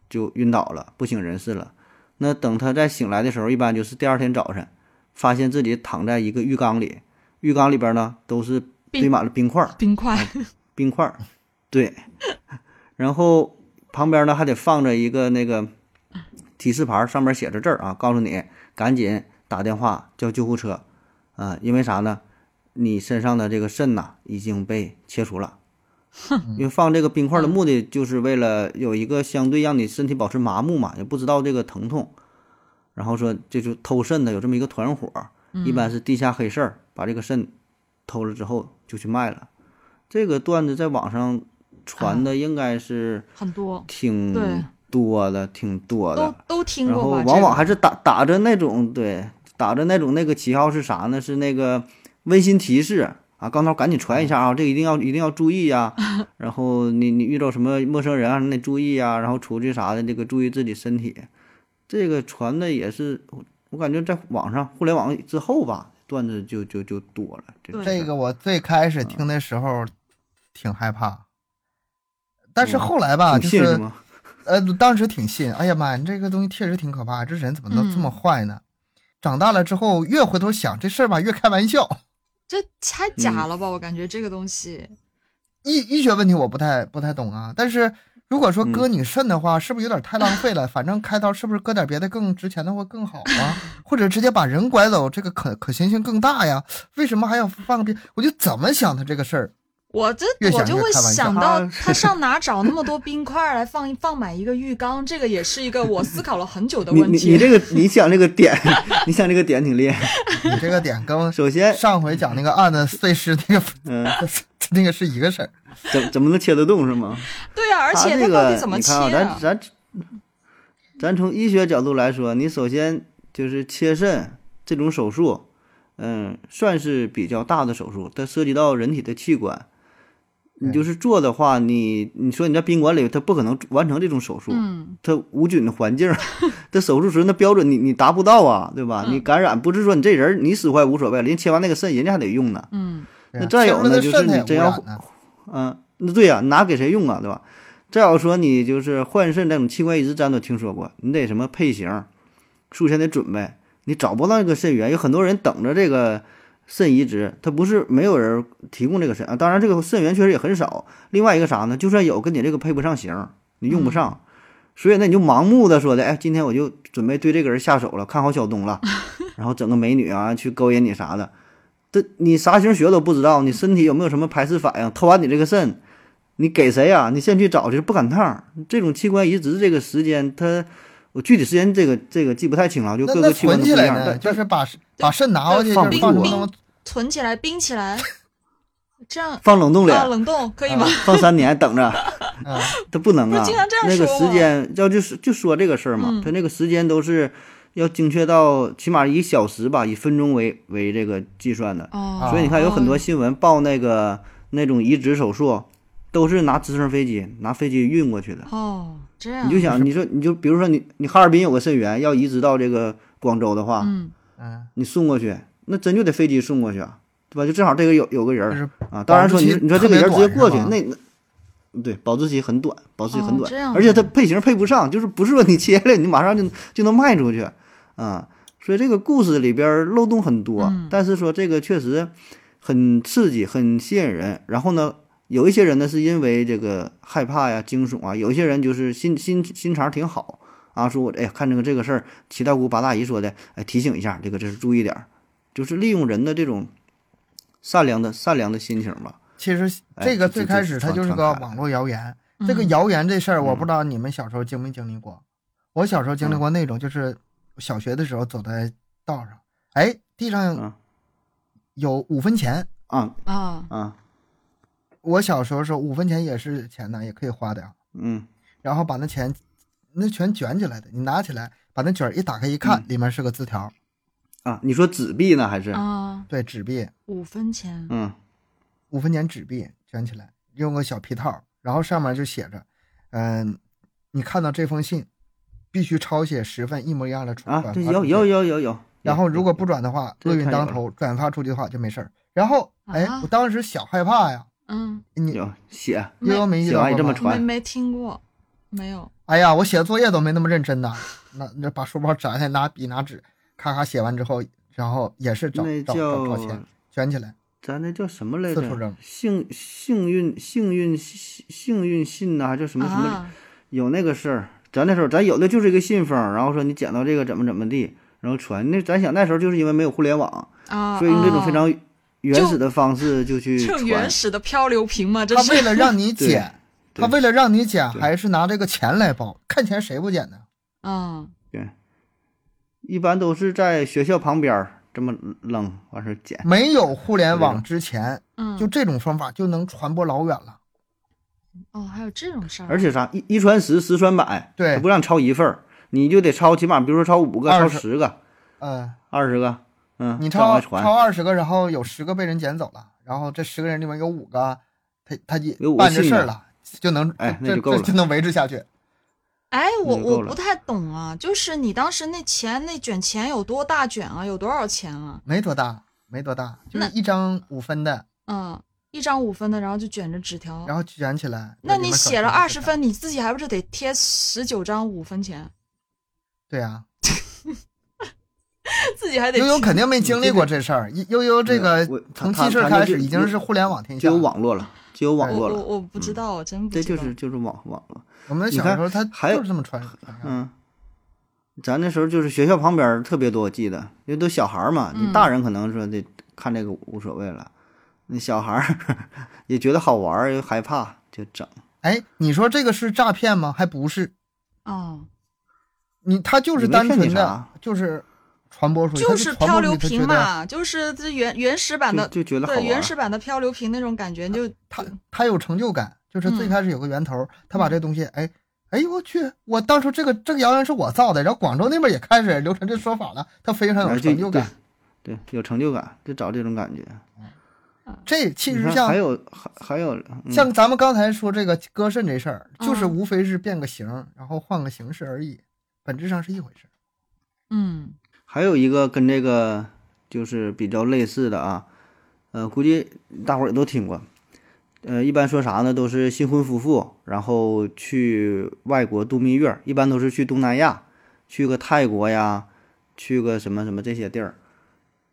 S3: 就晕倒了，不省人事了。那等他再醒来的时候，一般就是第二天早晨，发现自己躺在一个浴缸里，浴缸里边呢都是堆满了冰块儿，
S2: 冰块，
S3: 冰块儿，对， 然后旁边呢还得放着一个那个提示牌儿，上面写着字儿啊，告诉你赶紧打电话叫救护车，啊、因为啥呢？你身上的这个肾呐、已经被切除了，因为放这个冰块儿的目的就是为了有一个相对让你身体保持麻木嘛，也不知道这个疼痛，然后说这就偷肾的有这么一个团伙儿，一般是地下黑市儿把这个肾偷了之后就去卖了。这个段子在网上传的应该是
S2: 很多
S3: 挺
S2: 嗯对
S3: 多的，挺多
S2: 都
S3: 的。
S2: 都听
S3: 然后
S2: 过吧？
S3: 往往
S2: 这
S3: 还是打打着那种对，打着那种那个旗号是啥呢？是那个温馨提示啊，刚头赶紧传一下啊，这个一定要一定要注 意呀、然后你你遇到什么陌生人啊，你得注意呀、然后出去啥的，这个注意自己身体。这个传的也是，我感觉在网上互联网之后吧，段子就就就多了。这
S2: 对
S3: 事儿
S1: 这个我最开始
S3: 嗯
S1: 听的时候挺害怕，但是后来吧，
S3: 嗯挺
S1: 就
S3: 信是
S1: 是
S3: 吗？
S1: 呃，当时挺信。哎呀妈，你这个东西确实挺可怕，这人怎么能这
S2: 嗯
S1: 么坏呢？长大了之后，越回头想这事儿吧，越开玩笑。
S2: 这太假了吧？
S3: 嗯
S2: 我感觉这个东西，
S1: 医医学问题我不太不太懂啊，但是如果说
S3: 嗯
S1: 割你肾的话，是不是有点太浪费了？反正开刀是不是割点别的更值钱的会更好啊？或者直接把人拐走，这个可可行性更大呀？为什么还要放个屁？我就怎么想他这个事儿？
S2: 我这
S1: 越想
S2: 我就
S1: 越
S2: 会
S1: 开玩笑
S2: 想到
S3: 他
S2: 他上哪找那么多冰块来放放满一个浴缸？这个也是一个我思考了很久的
S3: 你
S2: 问
S3: 你
S2: 题。
S3: 你这个 你想这个点， 你想这个点挺厉害。
S1: 你这个点跟
S3: 首先，
S1: 上回讲那个案子碎尸那个
S3: 嗯、
S1: 那个是一个事儿。
S3: 怎怎么能切得动是吗？
S2: 对啊，而
S3: 他
S2: 且
S3: 这
S2: 它到底
S3: 个
S2: 怎么
S3: 你
S2: 切
S3: 看
S2: 啊
S3: 啊，咱？咱咱从医学角度来说，你首先就是切肾这种手术，嗯，算是比较大的手术，它涉及到人体的器官。你就是做的话，你你说你在宾馆里，他不可能完成这种手术，
S2: 嗯，
S3: 它无菌的环境儿，这手术时候那标准你你达不到啊，对吧？你感染不是说你这人你死坏无所谓，人家切完那个肾人家还得用呢，
S2: 嗯
S1: 对啊
S3: 那再有呢
S1: 切
S3: 就
S1: 出来的
S3: 是你
S1: 肾它
S3: 真
S1: 也
S3: 要
S1: 污染呢
S3: 嗯，那对呀、拿给谁用啊，对吧？再有说你就是换肾这种器官移植，咱都听说过，你得什么配型，术前得准备，你找不到这个肾源，有很多人等着这个肾移植，他不是没有人提供这个肾啊，当然这个肾源确实也很少。另外一个啥呢？就算有，跟你这个配不上型，你用不上，所以那你就盲目的说的，哎，今天我就准备对这个人下手了，看好小东了，然后整个美女啊去勾引你啥的，这你啥型血都不知道，你身体有没有什么排斥反应？偷完你这个肾，你给谁呀、你先去找去，不赶趟儿。这种器官移植这个时间，它我具体时间这个这个记不太清了，就
S1: 那
S3: 各
S1: 那
S3: 个器
S1: 存
S3: 官都不
S1: 起
S3: 一
S1: 来
S3: 样。
S1: 呢，
S3: 但
S1: 就是把把肾拿回去，就
S3: 放
S1: 是放什
S3: 冰
S1: 么东西
S2: 存起来，冰起 来，这样
S3: 放冷冻里，
S2: 啊，冷冻可以 吗？
S3: 放三年等着，
S1: 啊？
S3: 他不能
S2: 不
S3: 啊。
S2: 是经常这样
S3: 那个
S2: 说嗯
S3: 时
S2: 吗
S3: 间要就是就说这个事儿嘛，他那个时间都是要精确到起码以小时吧，以分钟为为这个计算的。
S2: 哦，
S3: 啊所以你看，有很多
S2: 哦
S3: 新闻报那个那种移植手术，都是拿直升飞机拿飞机运过去的。
S2: 哦，这样
S3: 你就想，你说你就比如说你你哈尔滨有个肾源要移植到这个广州的话，
S2: 嗯
S1: 嗯，
S3: 你送过去，那真就得飞机送过去啊，对吧？就正好这个有有个人
S1: 就
S3: 儿
S1: 是
S3: 啊，当然说你
S1: 保质期
S3: 你说这个人直接过去
S1: 特，别
S3: 那那对保质期很短，保质期很
S2: 哦这
S3: 短，
S2: 样
S3: 而且它配型配不上，就是不是说你切了你马上就就能卖出去啊。所以这个故事里边儿漏洞很多，
S2: 嗯
S3: 但是说这个确实很刺激，很吸引人。然后呢，有一些人呢是因为这个害怕呀、惊悚啊，有一些人就是心心心肠挺好啊，说我哎呀看这个这个事儿，七大姑八大姨说的，哎提醒一下，这个这是注意点儿，就是利用人的这种善良的善良的心情吧。
S1: 其实
S3: 哎
S1: 这个
S3: 这
S1: 最
S3: 这
S1: 开
S3: 这
S1: 始它
S3: 传
S1: 就是
S3: 传
S1: 个
S3: 开了
S1: 网络谣言，
S2: 嗯
S3: 嗯
S1: 这个谣言这事儿，我不知道你们小时候经没经历过。我小时候经历过
S3: 嗯
S1: 那种，就是小学的时候走在道上，哎，地
S3: 嗯
S1: 上有五分钱。
S3: 啊
S2: 啊，
S3: 啊
S1: 我小时候说五分钱也是钱呢，也可以花的呀。
S3: 嗯
S1: 然后把那钱，那全卷起来的，你拿起来，把那卷儿一打开一
S3: 嗯
S1: 看，里面是个字条，
S3: 啊，你说纸币呢还是
S2: 啊，
S1: 对，纸币，
S2: 五分钱，
S3: 嗯
S1: 五分钱纸币卷起来，用个小皮套，然后上面就写着，嗯，你看到这封信，必须抄写十份一模一样的处
S3: 啊
S1: 转，发
S3: 对，
S1: 出
S3: 有
S1: 去
S3: 有有有有。
S1: 然后如果不转的话，
S3: 这
S1: 厄
S3: 个
S1: 运
S3: 太
S1: 当
S3: 有
S1: 头，转发出去的话就没事儿。然后，哎
S2: 啊，
S1: 我当时小害怕呀，
S2: 嗯，
S1: 你
S3: 有写
S1: 悠悠没遇
S3: 小
S1: 到
S3: 爱
S1: 过
S3: 这么
S1: 吗
S3: 传
S2: 没没听过，没有，
S1: 哎呀，我写作业都没那么认真呐，那那把书包摘下，拿笔拿纸，咔咔写完之后，然后也是找
S3: 那
S1: 找找找
S3: 叫
S1: 钱卷起来，
S3: 咱那叫什么来
S1: 四处扔
S3: 着？幸幸运幸运幸幸运信呐、还叫什么什么？
S2: 啊，
S3: 有那个事儿，咱那时候咱有的就是一个信封，然后说你捡到这个怎么怎么地，然后传。那咱想那时候就是因为没有互联网，
S2: 啊，
S3: 所以用这种非
S2: 啊
S3: 常原始的方式就去
S2: 这种
S3: 传啊
S2: 原。始的漂流瓶嘛，这
S1: 他为
S2: 是
S1: 了让你捡，
S3: 对
S1: 他为了让你捡，
S3: 对
S1: 还是拿这个钱来包，看钱谁不捡 呢？
S2: 啊，
S3: 一般都是在学校旁边儿这么扔，完事儿捡。
S1: 没有互联
S3: 对
S1: 网
S3: 的
S1: 之前，
S2: 嗯，
S1: 就这种方法就能传播老远了。
S2: 哦，还有这种事儿，
S3: 而且啥一一传十，十传百，
S1: 对
S3: 他不让抄一份儿，你就得抄，起码比如说抄五个，抄
S1: 20
S3: 十个，
S1: 嗯，
S3: 二十个，嗯，
S1: 你
S3: 这往
S1: 抄
S3: 外传
S1: 抄二十个，然后有十个被人捡走了，然后这十个人里面有五个，他他也
S3: 有五个
S1: 办这
S3: 信
S1: 事儿
S3: 的
S1: 了，就能
S3: 哎那
S1: 这
S3: 就够
S1: 这
S3: 了
S1: 就能维持下去。
S2: 哎，我
S3: 你就
S2: 我
S3: 嗯够了
S2: 不太懂啊，就是你当时那钱那卷钱有多大卷啊？有多少钱啊？
S1: 没多大，没多大，就是
S2: 那
S1: 一张五分的，
S2: 嗯，一张五分的，然后就卷着纸条。
S1: 然后卷起来。
S2: 那
S1: 就里面
S2: 你
S1: 可
S2: 写了
S1: 能
S2: 二
S1: 是
S2: 十
S1: 啥？
S2: 分，你自己还不是得贴十九张五分钱？
S1: 对啊，
S2: 自己还得
S1: 悠悠
S2: 贴
S1: 肯定没经历过这事儿。悠悠悠这个
S3: 嗯我
S1: 从
S3: 他
S1: 记事
S3: 他
S1: 开
S3: 那
S1: 始
S3: 是
S1: 已经是互联网天下
S3: 就有
S1: 了。
S3: 网络了，就有网
S2: 我我
S3: 络了，嗯
S2: 我不知道，我真不
S3: 这
S2: 知道。
S3: 就是就是网网络。
S1: 我们
S3: 你
S1: 小
S3: 看
S1: 时候他
S3: 还有
S1: 就是这么传。传上
S3: 嗯，咱那时候就是学校旁边儿特别多，我记得，因为都小孩儿嘛，你
S2: 嗯
S3: 大人可能说得看这个无所谓了，那小孩儿也觉得好玩儿，又害怕，就整。
S1: 哎，你说这个是诈骗吗？还不是，
S2: 啊，
S1: 你他就是
S3: 你没
S1: 单
S3: 骗你
S1: 纯的
S3: 啥，
S1: 就是传播出去，他
S2: 就是
S1: 传
S2: 漂
S1: 播
S2: 流
S1: 出去，
S2: 瓶
S1: 他觉得
S2: 嘛，就是这原原始版
S3: 就
S2: 的，
S3: 就觉得好
S2: 对
S3: 玩
S2: 原
S3: 儿
S2: 始版的漂流瓶那种感觉，就
S1: 他他有成就感，就是
S2: 嗯
S1: 最开始有个源头，他把这东西，哎哎呦我去，我当初这个这个谣言是我造的，然后广州那边也开始流传这说法了，他非常
S3: 然
S1: 有
S3: 后就
S1: 成就感。
S3: 对，有成就感，就找这种感觉。
S1: 这其
S3: 你
S1: 实
S3: 看
S1: 像
S3: 还有还还有、嗯、
S1: 像咱们刚才说这个割肾这事儿，就是
S2: 嗯
S1: 无非是变个形儿，然后换个形式而已，本质上是一回事儿。
S2: 嗯
S3: 还有一个跟这个就是比较类似的啊，呃，估计大伙儿也都听过。呃，一般说啥呢？都是新婚夫妇，然后去外国度蜜月儿，一般都是去东南亚，去个泰国呀，去个什么什么这些地儿。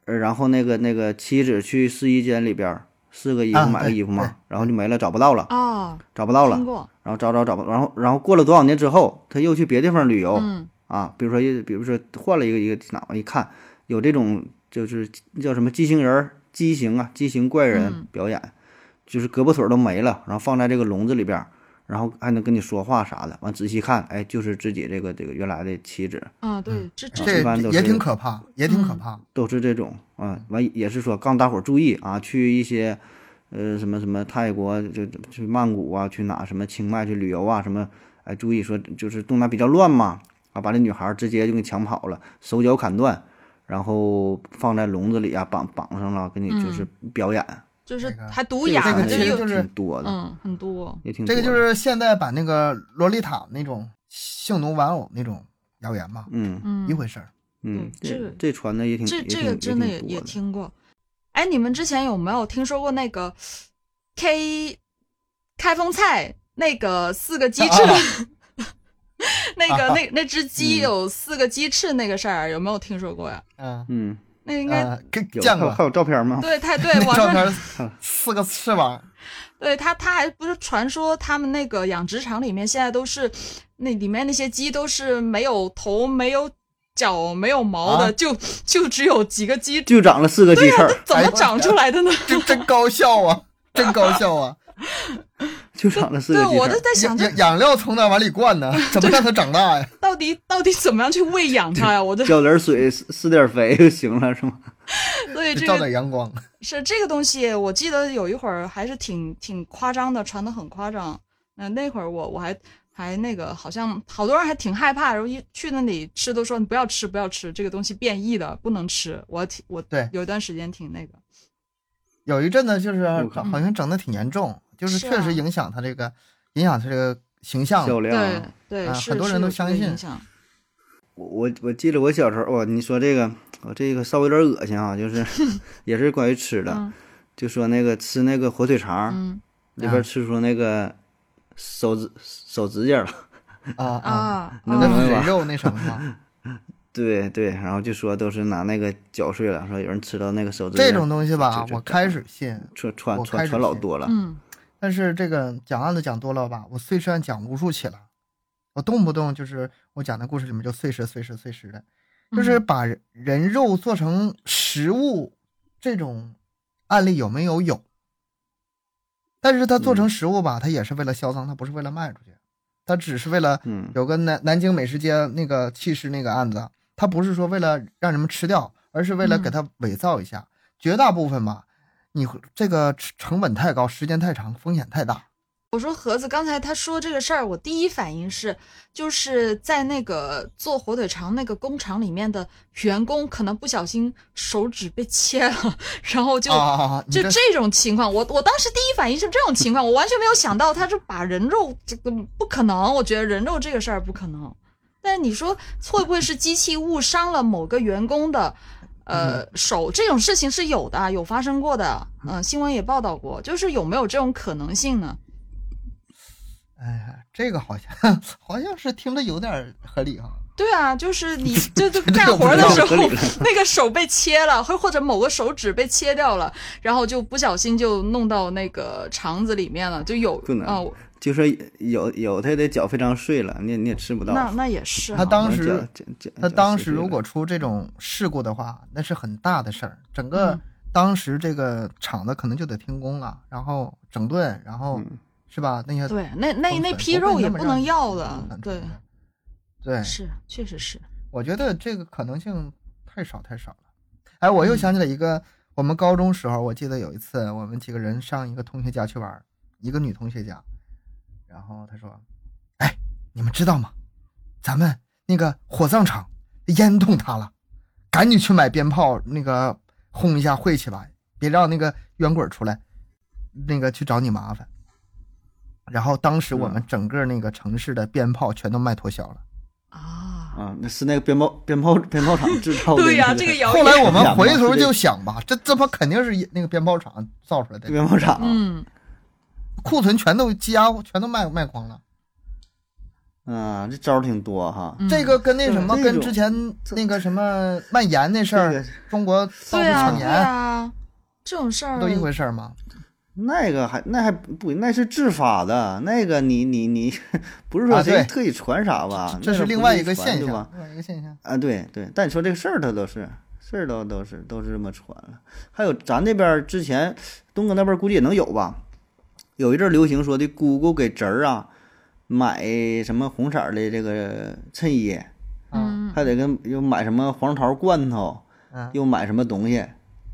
S3: 呃，然后那个那个妻子去试衣间里边儿试个衣服
S1: 啊
S3: 买个
S1: 对
S3: 衣服嘛，
S1: 对
S3: 然后就没了，找不到了，
S2: 哦，
S3: 找不到了
S2: 听，过，
S3: 然后找找找不，然后然后过了多少年之后，他又去别地方旅游，
S2: 嗯
S3: 啊，比如说一，比如说换了一个一个哪儿一看有这种就是叫什么畸形人儿、畸形啊、畸形怪人
S2: 嗯
S3: 表演，就是胳膊腿儿都没了，然后放在这个笼子里边儿，然后还能跟你说话啥的，完仔细看，哎，就是自己这个这个原来的妻子，
S2: 啊，对，这这
S1: 这
S3: 一般都
S1: 也
S3: 是
S1: 挺可怕，也挺可
S2: 嗯
S1: 怕。
S3: 都是这种啊，完也是说告诉大伙儿注意啊，去一些呃什么什么泰国就就去曼谷啊，去哪什么清迈去旅游啊，什么哎注意说就是东南比较乱嘛，啊把这女孩儿直接就给抢跑了，手脚砍断，然后放在笼子里啊绑绑上了，给你就是表演，
S2: 就是
S1: 这个
S2: 还毒
S1: 这
S2: 哑
S1: 个
S2: 了，
S1: 其
S2: 嗯这
S1: 实
S2: 又
S1: 就是
S3: 挺多的，
S2: 嗯很多，
S3: 也挺多
S1: 这
S3: 的
S1: 个就是现代版那个洛丽塔那种性奴玩偶那种谣言嘛，
S3: 嗯
S2: 嗯
S1: 一，回事儿。
S3: 嗯，
S2: 对
S3: 这这传的也挺
S2: 这
S3: 也
S2: 这
S3: 挺
S2: 个真的也
S3: 挺多
S2: 也
S3: 的
S2: 听过。哎，你们之前有没有听说过那个 K 开封菜那个四个鸡翅？
S1: 啊
S2: 那个、
S1: 啊
S2: 那那只鸡
S3: 嗯
S2: 有四个鸡翅那个事儿，有没有听说过呀？
S1: 嗯，
S3: 嗯，
S2: 那应该、
S1: 啊，给
S3: 有
S1: 见
S3: 还有
S1: 过
S3: 还有照片吗？
S2: 对太对
S1: 那
S2: 网
S1: 照
S2: 上
S1: 片，四个翅膀，
S2: 对他他还不是传说他们那个养殖场里面现在都是那里面那些鸡都是没有头没有脚没有毛的，
S1: 啊哎
S2: 就就只有几 个鸡，
S3: 就长了四个鸡翅儿，
S2: 怎
S1: 哎呦
S2: 么
S1: 我
S2: 长
S1: 天
S2: 出来的呢？
S1: 这真高效啊，真高效啊！
S3: 就长了四个
S2: 对，
S3: 鸡
S2: 我
S3: 腿
S2: 都
S3: 儿。
S2: 在
S1: 养
S2: 想这
S1: 养养料从哪往里灌呢？怎么让它长大呀？
S2: 到底到底怎么样去喂养它呀？我这
S3: 浇点水，施施点肥就行了，是吗？
S2: 所以
S1: 就
S2: 这
S1: 照
S2: 个
S1: 点阳光。
S2: 是这个东西，我记得有一会儿还是挺挺夸张的，传的很夸张。嗯、那会儿我我还还那个，好像好多人还挺害怕，然后一去那里吃都说你不要吃，不要吃，这个东西变异的，不能吃。我挺我
S1: 对
S2: 有一段时间挺那个，
S1: 有一阵子就是
S3: 靠
S1: 好像整的挺严重，就是
S2: 是
S1: 确
S2: 啊
S1: 实影响他这个影响他这个形象了。
S3: 销量
S2: 对对，
S1: 啊
S2: 是
S1: 很多人
S2: 是有
S1: 都
S2: 这个
S1: 相信
S2: 影响，
S3: 我我我记得我小时候，哇，你说这个，我这个稍微有点恶心啊，就是 也是关于吃的，
S2: 嗯
S3: 就说那个吃那个火腿
S1: 啊
S3: 肠、
S2: 嗯
S3: 里边吃出那个手指手指甲了，
S1: 啊啊，
S2: 啊
S3: 那
S1: 那
S3: 能
S2: 啊
S1: 是
S3: 明白
S1: 人
S3: 嗯吧
S1: 肉那什么吗？
S3: 对对，然后就说都是拿那个嚼碎了，说有人吃到那个手指甲，
S1: 这种东西吧啊
S3: 这，这
S1: 我开始信，
S3: 传传
S1: 我开
S3: 传
S1: 始
S3: 传老
S1: 信
S3: 多了，
S2: 嗯
S1: 但是这个讲案子讲多了吧，我碎尸案讲无数起了，我动不动就是我讲的故事里面就碎尸碎尸碎尸的，
S2: 嗯
S1: 就是把人人肉做成食物这种案例有没有有？但是它做成食物吧，它也是为了销赃，它不是为了卖出去，它只是为了
S3: 嗯，
S1: 有个南南京美食街那个弃尸那个案子，他不是说为了让人们吃掉，而是为了给它伪造一下。绝大部分吧，你会这个成成本太高，时间太长，风险太大。
S2: 我说盒子，刚才他说这个事儿，我第一反应是，就是在那个做火腿肠那个工厂里面的员工，可能不小心手指被切了，然后就、
S1: 啊啊啊！你
S2: 就
S1: 这
S2: 这种情况，我我当时第一反应是这种情况，我完全没有想到他是把人肉这个不可能，我觉得人肉这个事儿不可能。但是你说会不会是机器误伤了某个员工的
S1: 嗯
S2: 呃手？这种事情是有的啊，有发生过的，嗯、新闻也报道过，就是有没有这种可能性呢？
S1: 哎呀，这个好像 好像是听着有点合理哈、
S2: 对啊，就是你 就就
S1: 这
S2: 干
S1: 个不
S2: 活
S1: 知
S2: 儿的
S1: 道
S2: 时
S3: 合
S2: 候
S3: 理了，
S2: 那个手被切了，或或者某个手指被切掉了，然后就不小心就弄到那个肠子里面了，就有
S3: 不能
S2: 啊、
S3: 就说有有他得搅非常碎了，你也你也吃不到。
S2: 那那也是
S1: 他
S2: 啊，
S1: 当
S3: 我
S1: 时
S3: 搅搅搅
S1: 他
S3: 搅
S1: 当
S3: 碎
S1: 时
S3: 碎
S1: 如
S3: 了
S1: 果出这种事故的话，那是很大的事儿，整个
S2: 嗯
S1: 当时这个厂子可能就得停工了，然后整顿，然后、
S3: 嗯
S1: 是吧？那些
S2: 对，那那
S1: 成
S2: 那
S1: 本
S2: 批
S1: 不会
S2: 肉
S1: 那
S2: 也
S1: 么
S2: 不
S1: 让
S2: 能
S1: 你嗯哎
S2: 要
S1: 成
S2: 的
S1: 本，
S2: 对，
S1: 对，
S2: 是确实是，
S1: 我觉得这个可能性太少太少了。哎，我又想起来一个，我们高中时候，我记得有一次，我们几个人上一个同学家去玩儿，一个女同学家，然后她说：“哎，你们知道吗？咱们那个火葬场烟囱塌了，赶紧去买鞭炮，那个轰一下晦气吧，别让那个冤鬼儿出来，那个去找你麻烦。”然后当时我们整个那个城市的鞭炮全都卖脱销了。
S2: 啊，
S3: 啊，那是那个鞭炮鞭炮 鞭炮厂制造的那。
S2: 对呀、这个谣
S1: 后来
S2: 言，
S1: 我们
S3: 两
S1: 回
S3: 个
S1: 头
S3: 是这
S1: 就想吧，这这不肯定是那个鞭炮厂造出来的，
S3: 鞭炮厂，
S2: 嗯，
S1: 库存全都积压，全都卖卖光了。
S3: 啊，这招儿挺多哈。
S2: 嗯
S1: 这个跟那什么，
S3: 对
S1: 跟之前那个什么蔓延那事儿
S3: 这个，
S1: 中国到处
S2: 对啊
S1: 抢
S2: 对
S1: 盐，
S2: 啊，这种事儿
S1: 不都一回事儿吗？
S3: 嗯那个还那还不那是自发的，那个你你你不是
S1: 啊
S3: 说
S1: 对
S3: 谁特意传啥吧？
S1: 这
S3: 那
S1: 是
S3: 不
S1: 另外一
S3: 意
S1: 个
S3: 传
S1: 现
S3: 对吧
S1: 象，另外一个现象。
S3: 啊，对对，但你说这个事儿，它都是事儿都都是都是这么传了。还有咱这边儿之前东哥那边儿估计也能有吧，有一阵儿流行说的姑姑给侄儿啊买什么红色儿的这个衬衣，
S1: 嗯
S2: 嗯，
S3: 还得跟又买什么黄桃罐头，
S1: 嗯
S3: 又买什么东西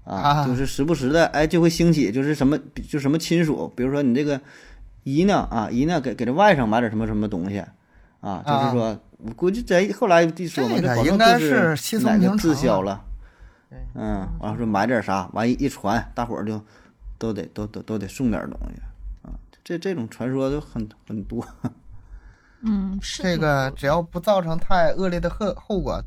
S3: 啊，
S1: 啊
S3: 就是时不时的哎就会兴起，就是什么就什么亲属，比如说你这个姨娘啊，姨娘给给这外甥买点什么什么东西啊，就是说我估计这后来一说嘛，
S1: 这个
S3: 保证
S1: 应该
S3: 就是
S1: 稀松
S3: 哪
S1: 平常
S3: 个滞
S1: 了
S3: 销了
S1: 对，
S3: 嗯，完了说买点啥，完一一传，大伙儿就都得都都都得送点东西啊，这这种传说就很很多，
S2: 嗯，是
S1: 这
S2: 挺
S1: 个
S2: 多的
S1: 只要不造成太恶劣的后后果，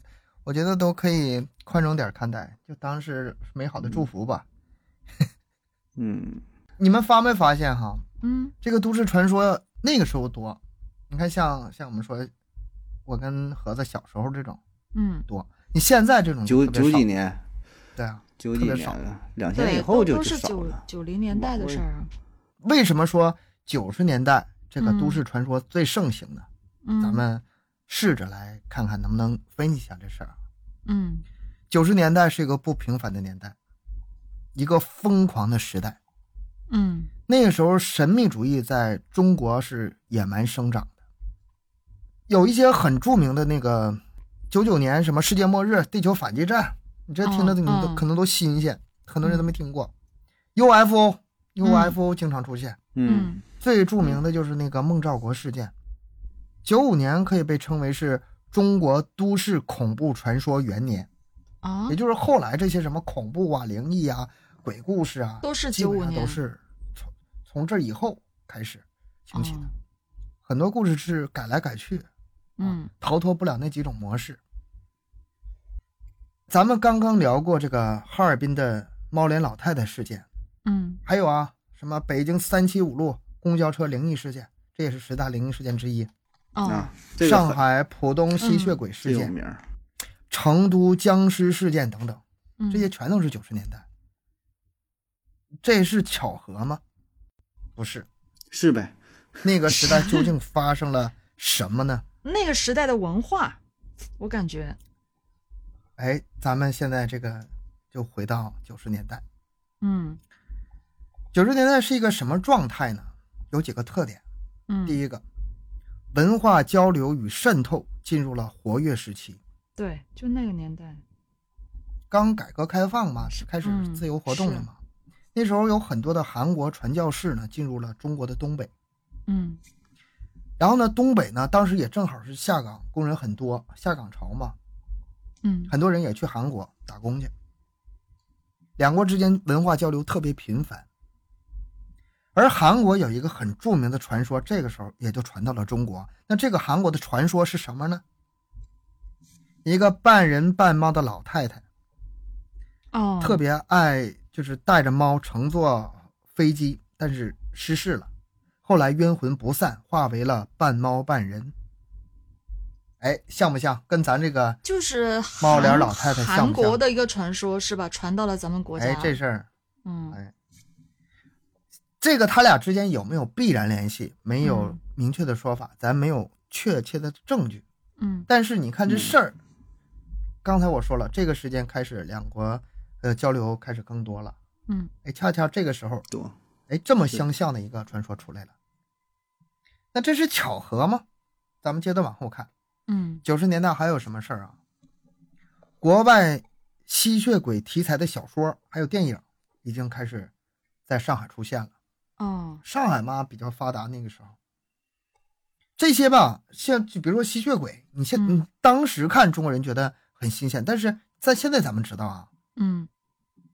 S1: 我觉得都可以宽容点儿看待，就当是美好的祝福吧。
S3: 嗯，
S1: 你们发没发现哈？
S2: 嗯
S1: 这个都市传说那个时候多，你看像像我们说，我跟盒子小时候这种
S2: 嗯，
S1: 多，你现在这种
S3: 九
S1: 特别
S3: 九
S1: 少
S3: 几年
S1: 对啊，
S3: 九
S1: 特
S3: 几
S1: 别
S3: 年
S1: 少
S3: 了，两千
S2: 对，
S3: 以后
S2: 都
S3: 就
S2: 都
S3: 就是少
S2: 九
S3: 了。
S2: 九零年代的事儿啊，
S1: 为什么说九十年代这个
S2: 嗯
S1: 都市传说最盛行呢？
S2: 嗯，
S1: 咱们试着来看看能不能分析一下这事儿啊。
S2: 嗯
S1: 九十年代是一个不平凡的年代，一个疯狂的时代。
S2: 嗯
S1: 那个时候神秘主义在中国是野蛮生长的，有一些很著名的那个九九年什么世界末日、地球反击战，你这听着你都
S2: 嗯嗯
S1: 可能都新鲜，很多人都没听过。UFO UFO 经常出现，
S3: 嗯，
S1: 最著名的就是那个孟兆国事件。九五年可以被称为是中国都市恐怖传说元年，
S2: 啊
S1: 也，就是后来这些什么恐怖啊、灵异啊、鬼故事啊，
S2: 都是
S1: 基本
S2: 95
S1: 上都
S2: 年
S1: 是从从这以后开始兴起的。
S2: 哦
S1: 很多故事是改来改去，
S2: 嗯
S1: 逃脱不了那几种模式。咱们刚刚聊过这个哈尔滨的猫脸老太太事件，
S2: 嗯
S1: 还有啊，什么北京三七五路公交车灵异事件，这也是十大灵异事件之一。
S2: 哦
S3: 啊，这个
S1: 上
S3: 很嗯
S1: 海浦东吸血鬼
S3: 最
S1: 事
S3: 有
S1: 件、
S3: 名儿，
S1: 成都僵尸事件等等，
S2: 嗯，
S1: 这些全都是九十年代。这是巧合吗？不是，
S3: 是呗？
S1: 那个时代究竟发生了什么呢？
S2: 那个时代的文化，我感觉
S1: 哎，咱们现在这个就回到九十年代。
S2: 嗯
S1: 九十年代是一个什么状态呢？有几个特点。
S2: 嗯
S1: 第一个，文化交流与渗透进入了活跃时期。
S2: 对，就那个年代，
S1: 刚改革开放嘛，是开始
S2: 嗯
S1: 自由活动了嘛。那时候有很多的韩国传教士呢进入了中国的东北，
S2: 嗯
S1: 然后呢，东北呢当时也正好是下岗工人很多，下岗潮嘛，
S2: 嗯
S1: 很多人也去韩国打工去。两国之间文化交流特别频繁，而韩国有一个很著名的传说，这个时候也就传到了中国。那这个韩国的传说是什么呢？一个半人半猫的老太太，
S2: 哦，
S1: 特别爱就是带着猫乘坐飞机，但是失事了，后来冤魂不散，化为了半猫半人。哎，像不像？跟咱这个
S2: 就是
S1: 猫脸
S2: 韩
S1: 老太太像
S2: 韩
S1: 不像
S2: 国的一个传说是吧？传到了咱们国家，
S1: 哎这事儿
S2: 嗯
S1: 哎这个他俩之间有没有必然联系，没有
S2: 嗯
S1: 明确的说法，咱没有确切的证据。
S2: 嗯
S1: 但是你看这事儿，刚才我说了，这个时间开始两国呃交流开始更多了，
S2: 嗯
S1: 哎，恰恰这个时候，
S3: 多
S1: 哎，这么相像的一个传说出来了。那这是巧合吗？咱们接着往后看，
S2: 嗯
S1: 九十年代还有什么事儿啊？国外吸血鬼题材的小说还有电影已经开始在上海出现了。
S2: 哦
S1: 上海嘛比较发达，那个时候，这些吧，像就比如说吸血鬼，你现、
S2: 嗯
S1: 你当时看中国人觉得很新鲜，但是在现在咱们知道啊，
S2: 嗯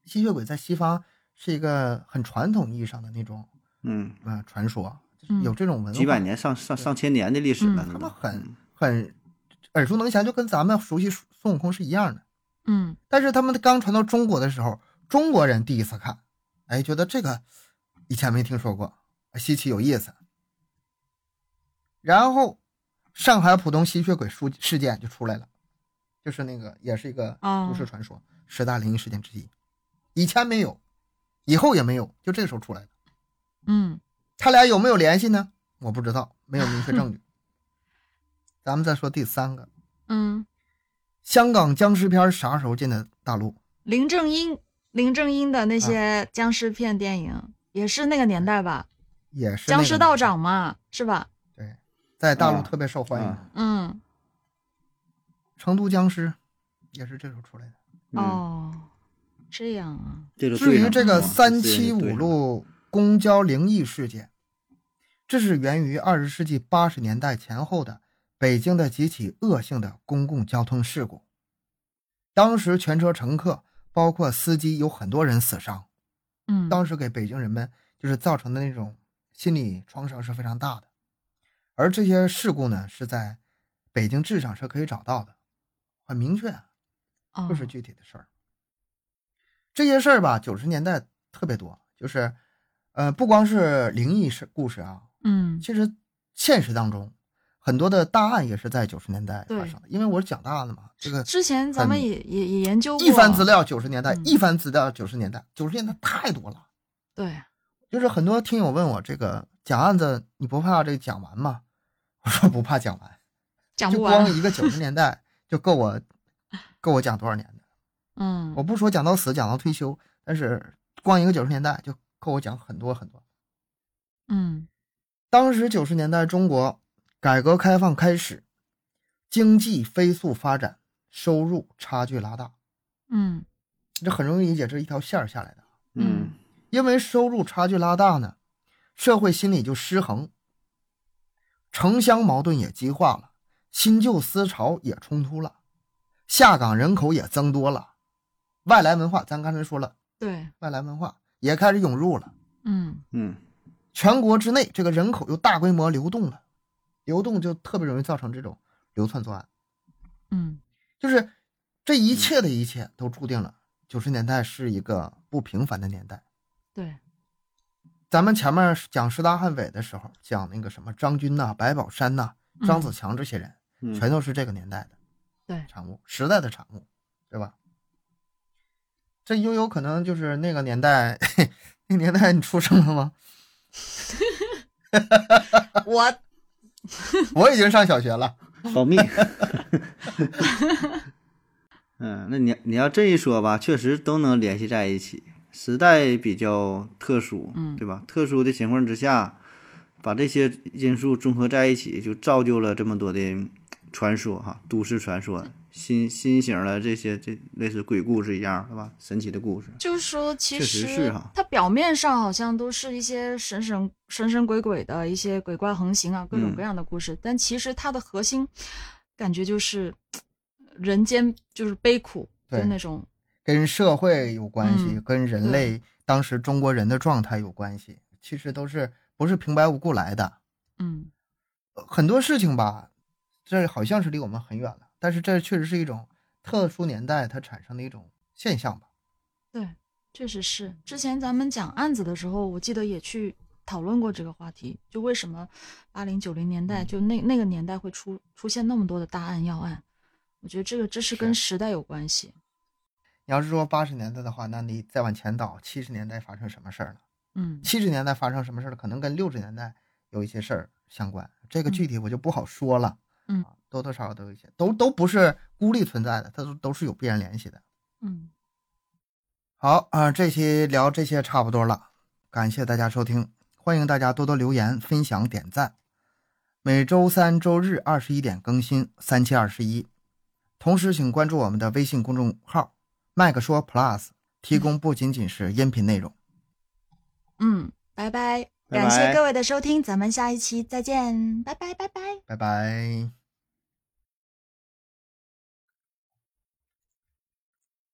S1: 吸血鬼在西方是一个很传统意义上的那种
S3: 嗯，
S1: 呃传说，
S2: 嗯
S1: 有这种文化，
S3: 几百年上上上千年的历史了，
S1: 他
S2: 嗯
S3: 那
S1: 们
S3: 都
S1: 很很耳熟能详，就跟咱们熟悉孙孙悟空是一样的。
S2: 嗯
S1: 但是他们刚传到中国的时候，中国人第一次看，哎，觉得这个以前没听说过，哎稀奇有意思。然后，上海浦东吸血鬼事事件就出来了，就是那个也是一个
S2: 哦
S1: 都市传说，十大灵异事件之一。以前没有，以后也没有，就这时候出来了。
S2: 嗯
S1: 他俩有没有联系呢？我不知道，没有明确证据。 咱们再说第三个，
S2: 嗯，
S1: 香港僵尸片啥时候进的大陆？
S2: 林正英林正英的
S1: 啊
S2: 那些僵尸片电影也是那个年代吧？
S1: 也是那个
S2: 僵尸道长嘛，是吧？
S1: 对，在大陆
S3: 啊
S1: 特别受欢迎。
S3: 啊
S2: 嗯
S1: 成都僵尸也是这时候出来的。
S3: 嗯，
S2: 哦，这样啊，
S3: 这个
S1: 至
S3: 对
S1: 于
S3: 上
S1: 这个
S3: 了嘛
S1: 三七五，
S3: 对
S1: 路公交灵异事件，这是源于二十世纪八十年代前后的北京的几起恶性的公共交通事故。当时全车乘客包括司机有很多人死伤，
S2: 嗯
S1: 当时给北京人们就是造成的那种心理创伤是非常大的。而这些事故呢，是在北京志上是可以找到的，很明确啊、
S2: 哦
S1: 就是具体的事儿。这些事儿吧，九十年代特别多，就是，呃，不光是灵异事故事啊，
S2: 嗯
S1: 其实现实当中很多的大案也是在九十年代发生的。因为我是讲大案的嘛，这个
S2: 之前咱们
S1: 很
S2: 也也也研究过
S1: 一番资，料九十年代，
S2: 嗯
S1: 一番资料九十年代，九十年代太多了。
S2: 对，
S1: 就是很多听友问我这个讲案子，你不怕这讲完吗？ 我说不怕讲完，
S2: 讲
S1: 就
S2: 不完
S1: 光，一个九十年代就够 我够我讲多少年的。
S2: 嗯，
S1: 我不说讲到死，讲到退休，但是光一个九十年代就够我讲很多很多。
S2: 嗯
S1: 当时九十年代中国改革开放开始，经济飞速发展，收入差距拉大，
S2: 嗯
S1: 这很容易理解，这是一条线儿下来的。
S3: 嗯
S1: 因为收入差距拉大呢，社会心理就失衡，城乡矛盾也激化了，新旧思潮也冲突了，下岗人口也增多了，外来文化，咱刚才说了，
S2: 对，
S1: 外来文化也开始涌入了。
S2: 嗯
S3: 嗯
S1: 全国之内，这个人口又大规模流动了，流动就特别容易造成这种流窜作案。
S2: 嗯
S1: 就是这一切的一切都注定了九十年代是一个不平凡的年代。
S2: 对，
S1: 咱们前面讲十大悍匪的时候，讲那个什么张军呐、白宝山呐、
S2: 嗯
S1: 张子强这些人，
S3: 嗯，
S1: 全都是这个年代的
S2: 对
S1: 产物，时代的产物，对吧？这又有可能就是那个年代， 那年代你出生了吗？
S2: 我
S1: 我已经上小学了。
S3: 保密。 嗯，那你你要这一说吧，确实都能联系在一起。时代比较特殊，
S2: 嗯
S3: 对吧？特殊的情况之下，把这些因素综合在一起，就造就了这么多的传说哈，都市传说、新新型的这些这类似鬼故事一样，对吧？神奇的故事，
S2: 就说，其
S3: 确实
S2: 实
S3: 是哈
S2: 它表面上好像都是一些神神神神鬼鬼的一些鬼怪横行啊，各种
S3: 嗯
S2: 各样的故事，但其实它的核心感觉就是人间就是悲苦，就
S1: 对
S2: 那种
S1: 跟社会有关系，
S2: 嗯
S1: 跟人
S2: 对
S1: 类当时中国人的状态有关系，其实都是不是平白无故来的。
S2: 嗯
S1: 呃很多事情吧，这好像是离我们很远了，但是这确实是一种特殊年代它产生的一种现象吧。
S2: 对，确实是。之前咱们讲案子的时候，我记得也去讨论过这个话题，就为什么八零九零年代就那
S3: 嗯
S2: 那个年代会出出现那么多的大案要案，我觉得这个真是跟时代有关系。
S1: 你要是说八十年代的话，那你再往前倒，七十年代发生什么事儿了？
S2: 嗯
S1: 七十年代发生什么事儿了？可能跟六十年代有一些事儿相关，这个
S2: 嗯
S1: 具体我就不好说了。
S2: 嗯
S1: 啊，多多少少都有一些，都都不是孤立存在的，它都都是有必然联系的。
S2: 嗯
S1: 好啊、这期聊这些差不多了，感谢大家收听，欢迎大家多多留言、分享、点赞。每周三、周日二十一点更新，三七二十一。同时，请关注我们的微信公众号“麦克说 Plus”，提供不仅仅是音频内容。
S2: 嗯，拜拜，
S3: 拜
S2: 感谢
S3: 拜
S2: 各位的收听，咱们下一期再见，拜拜拜拜。
S1: 拜拜。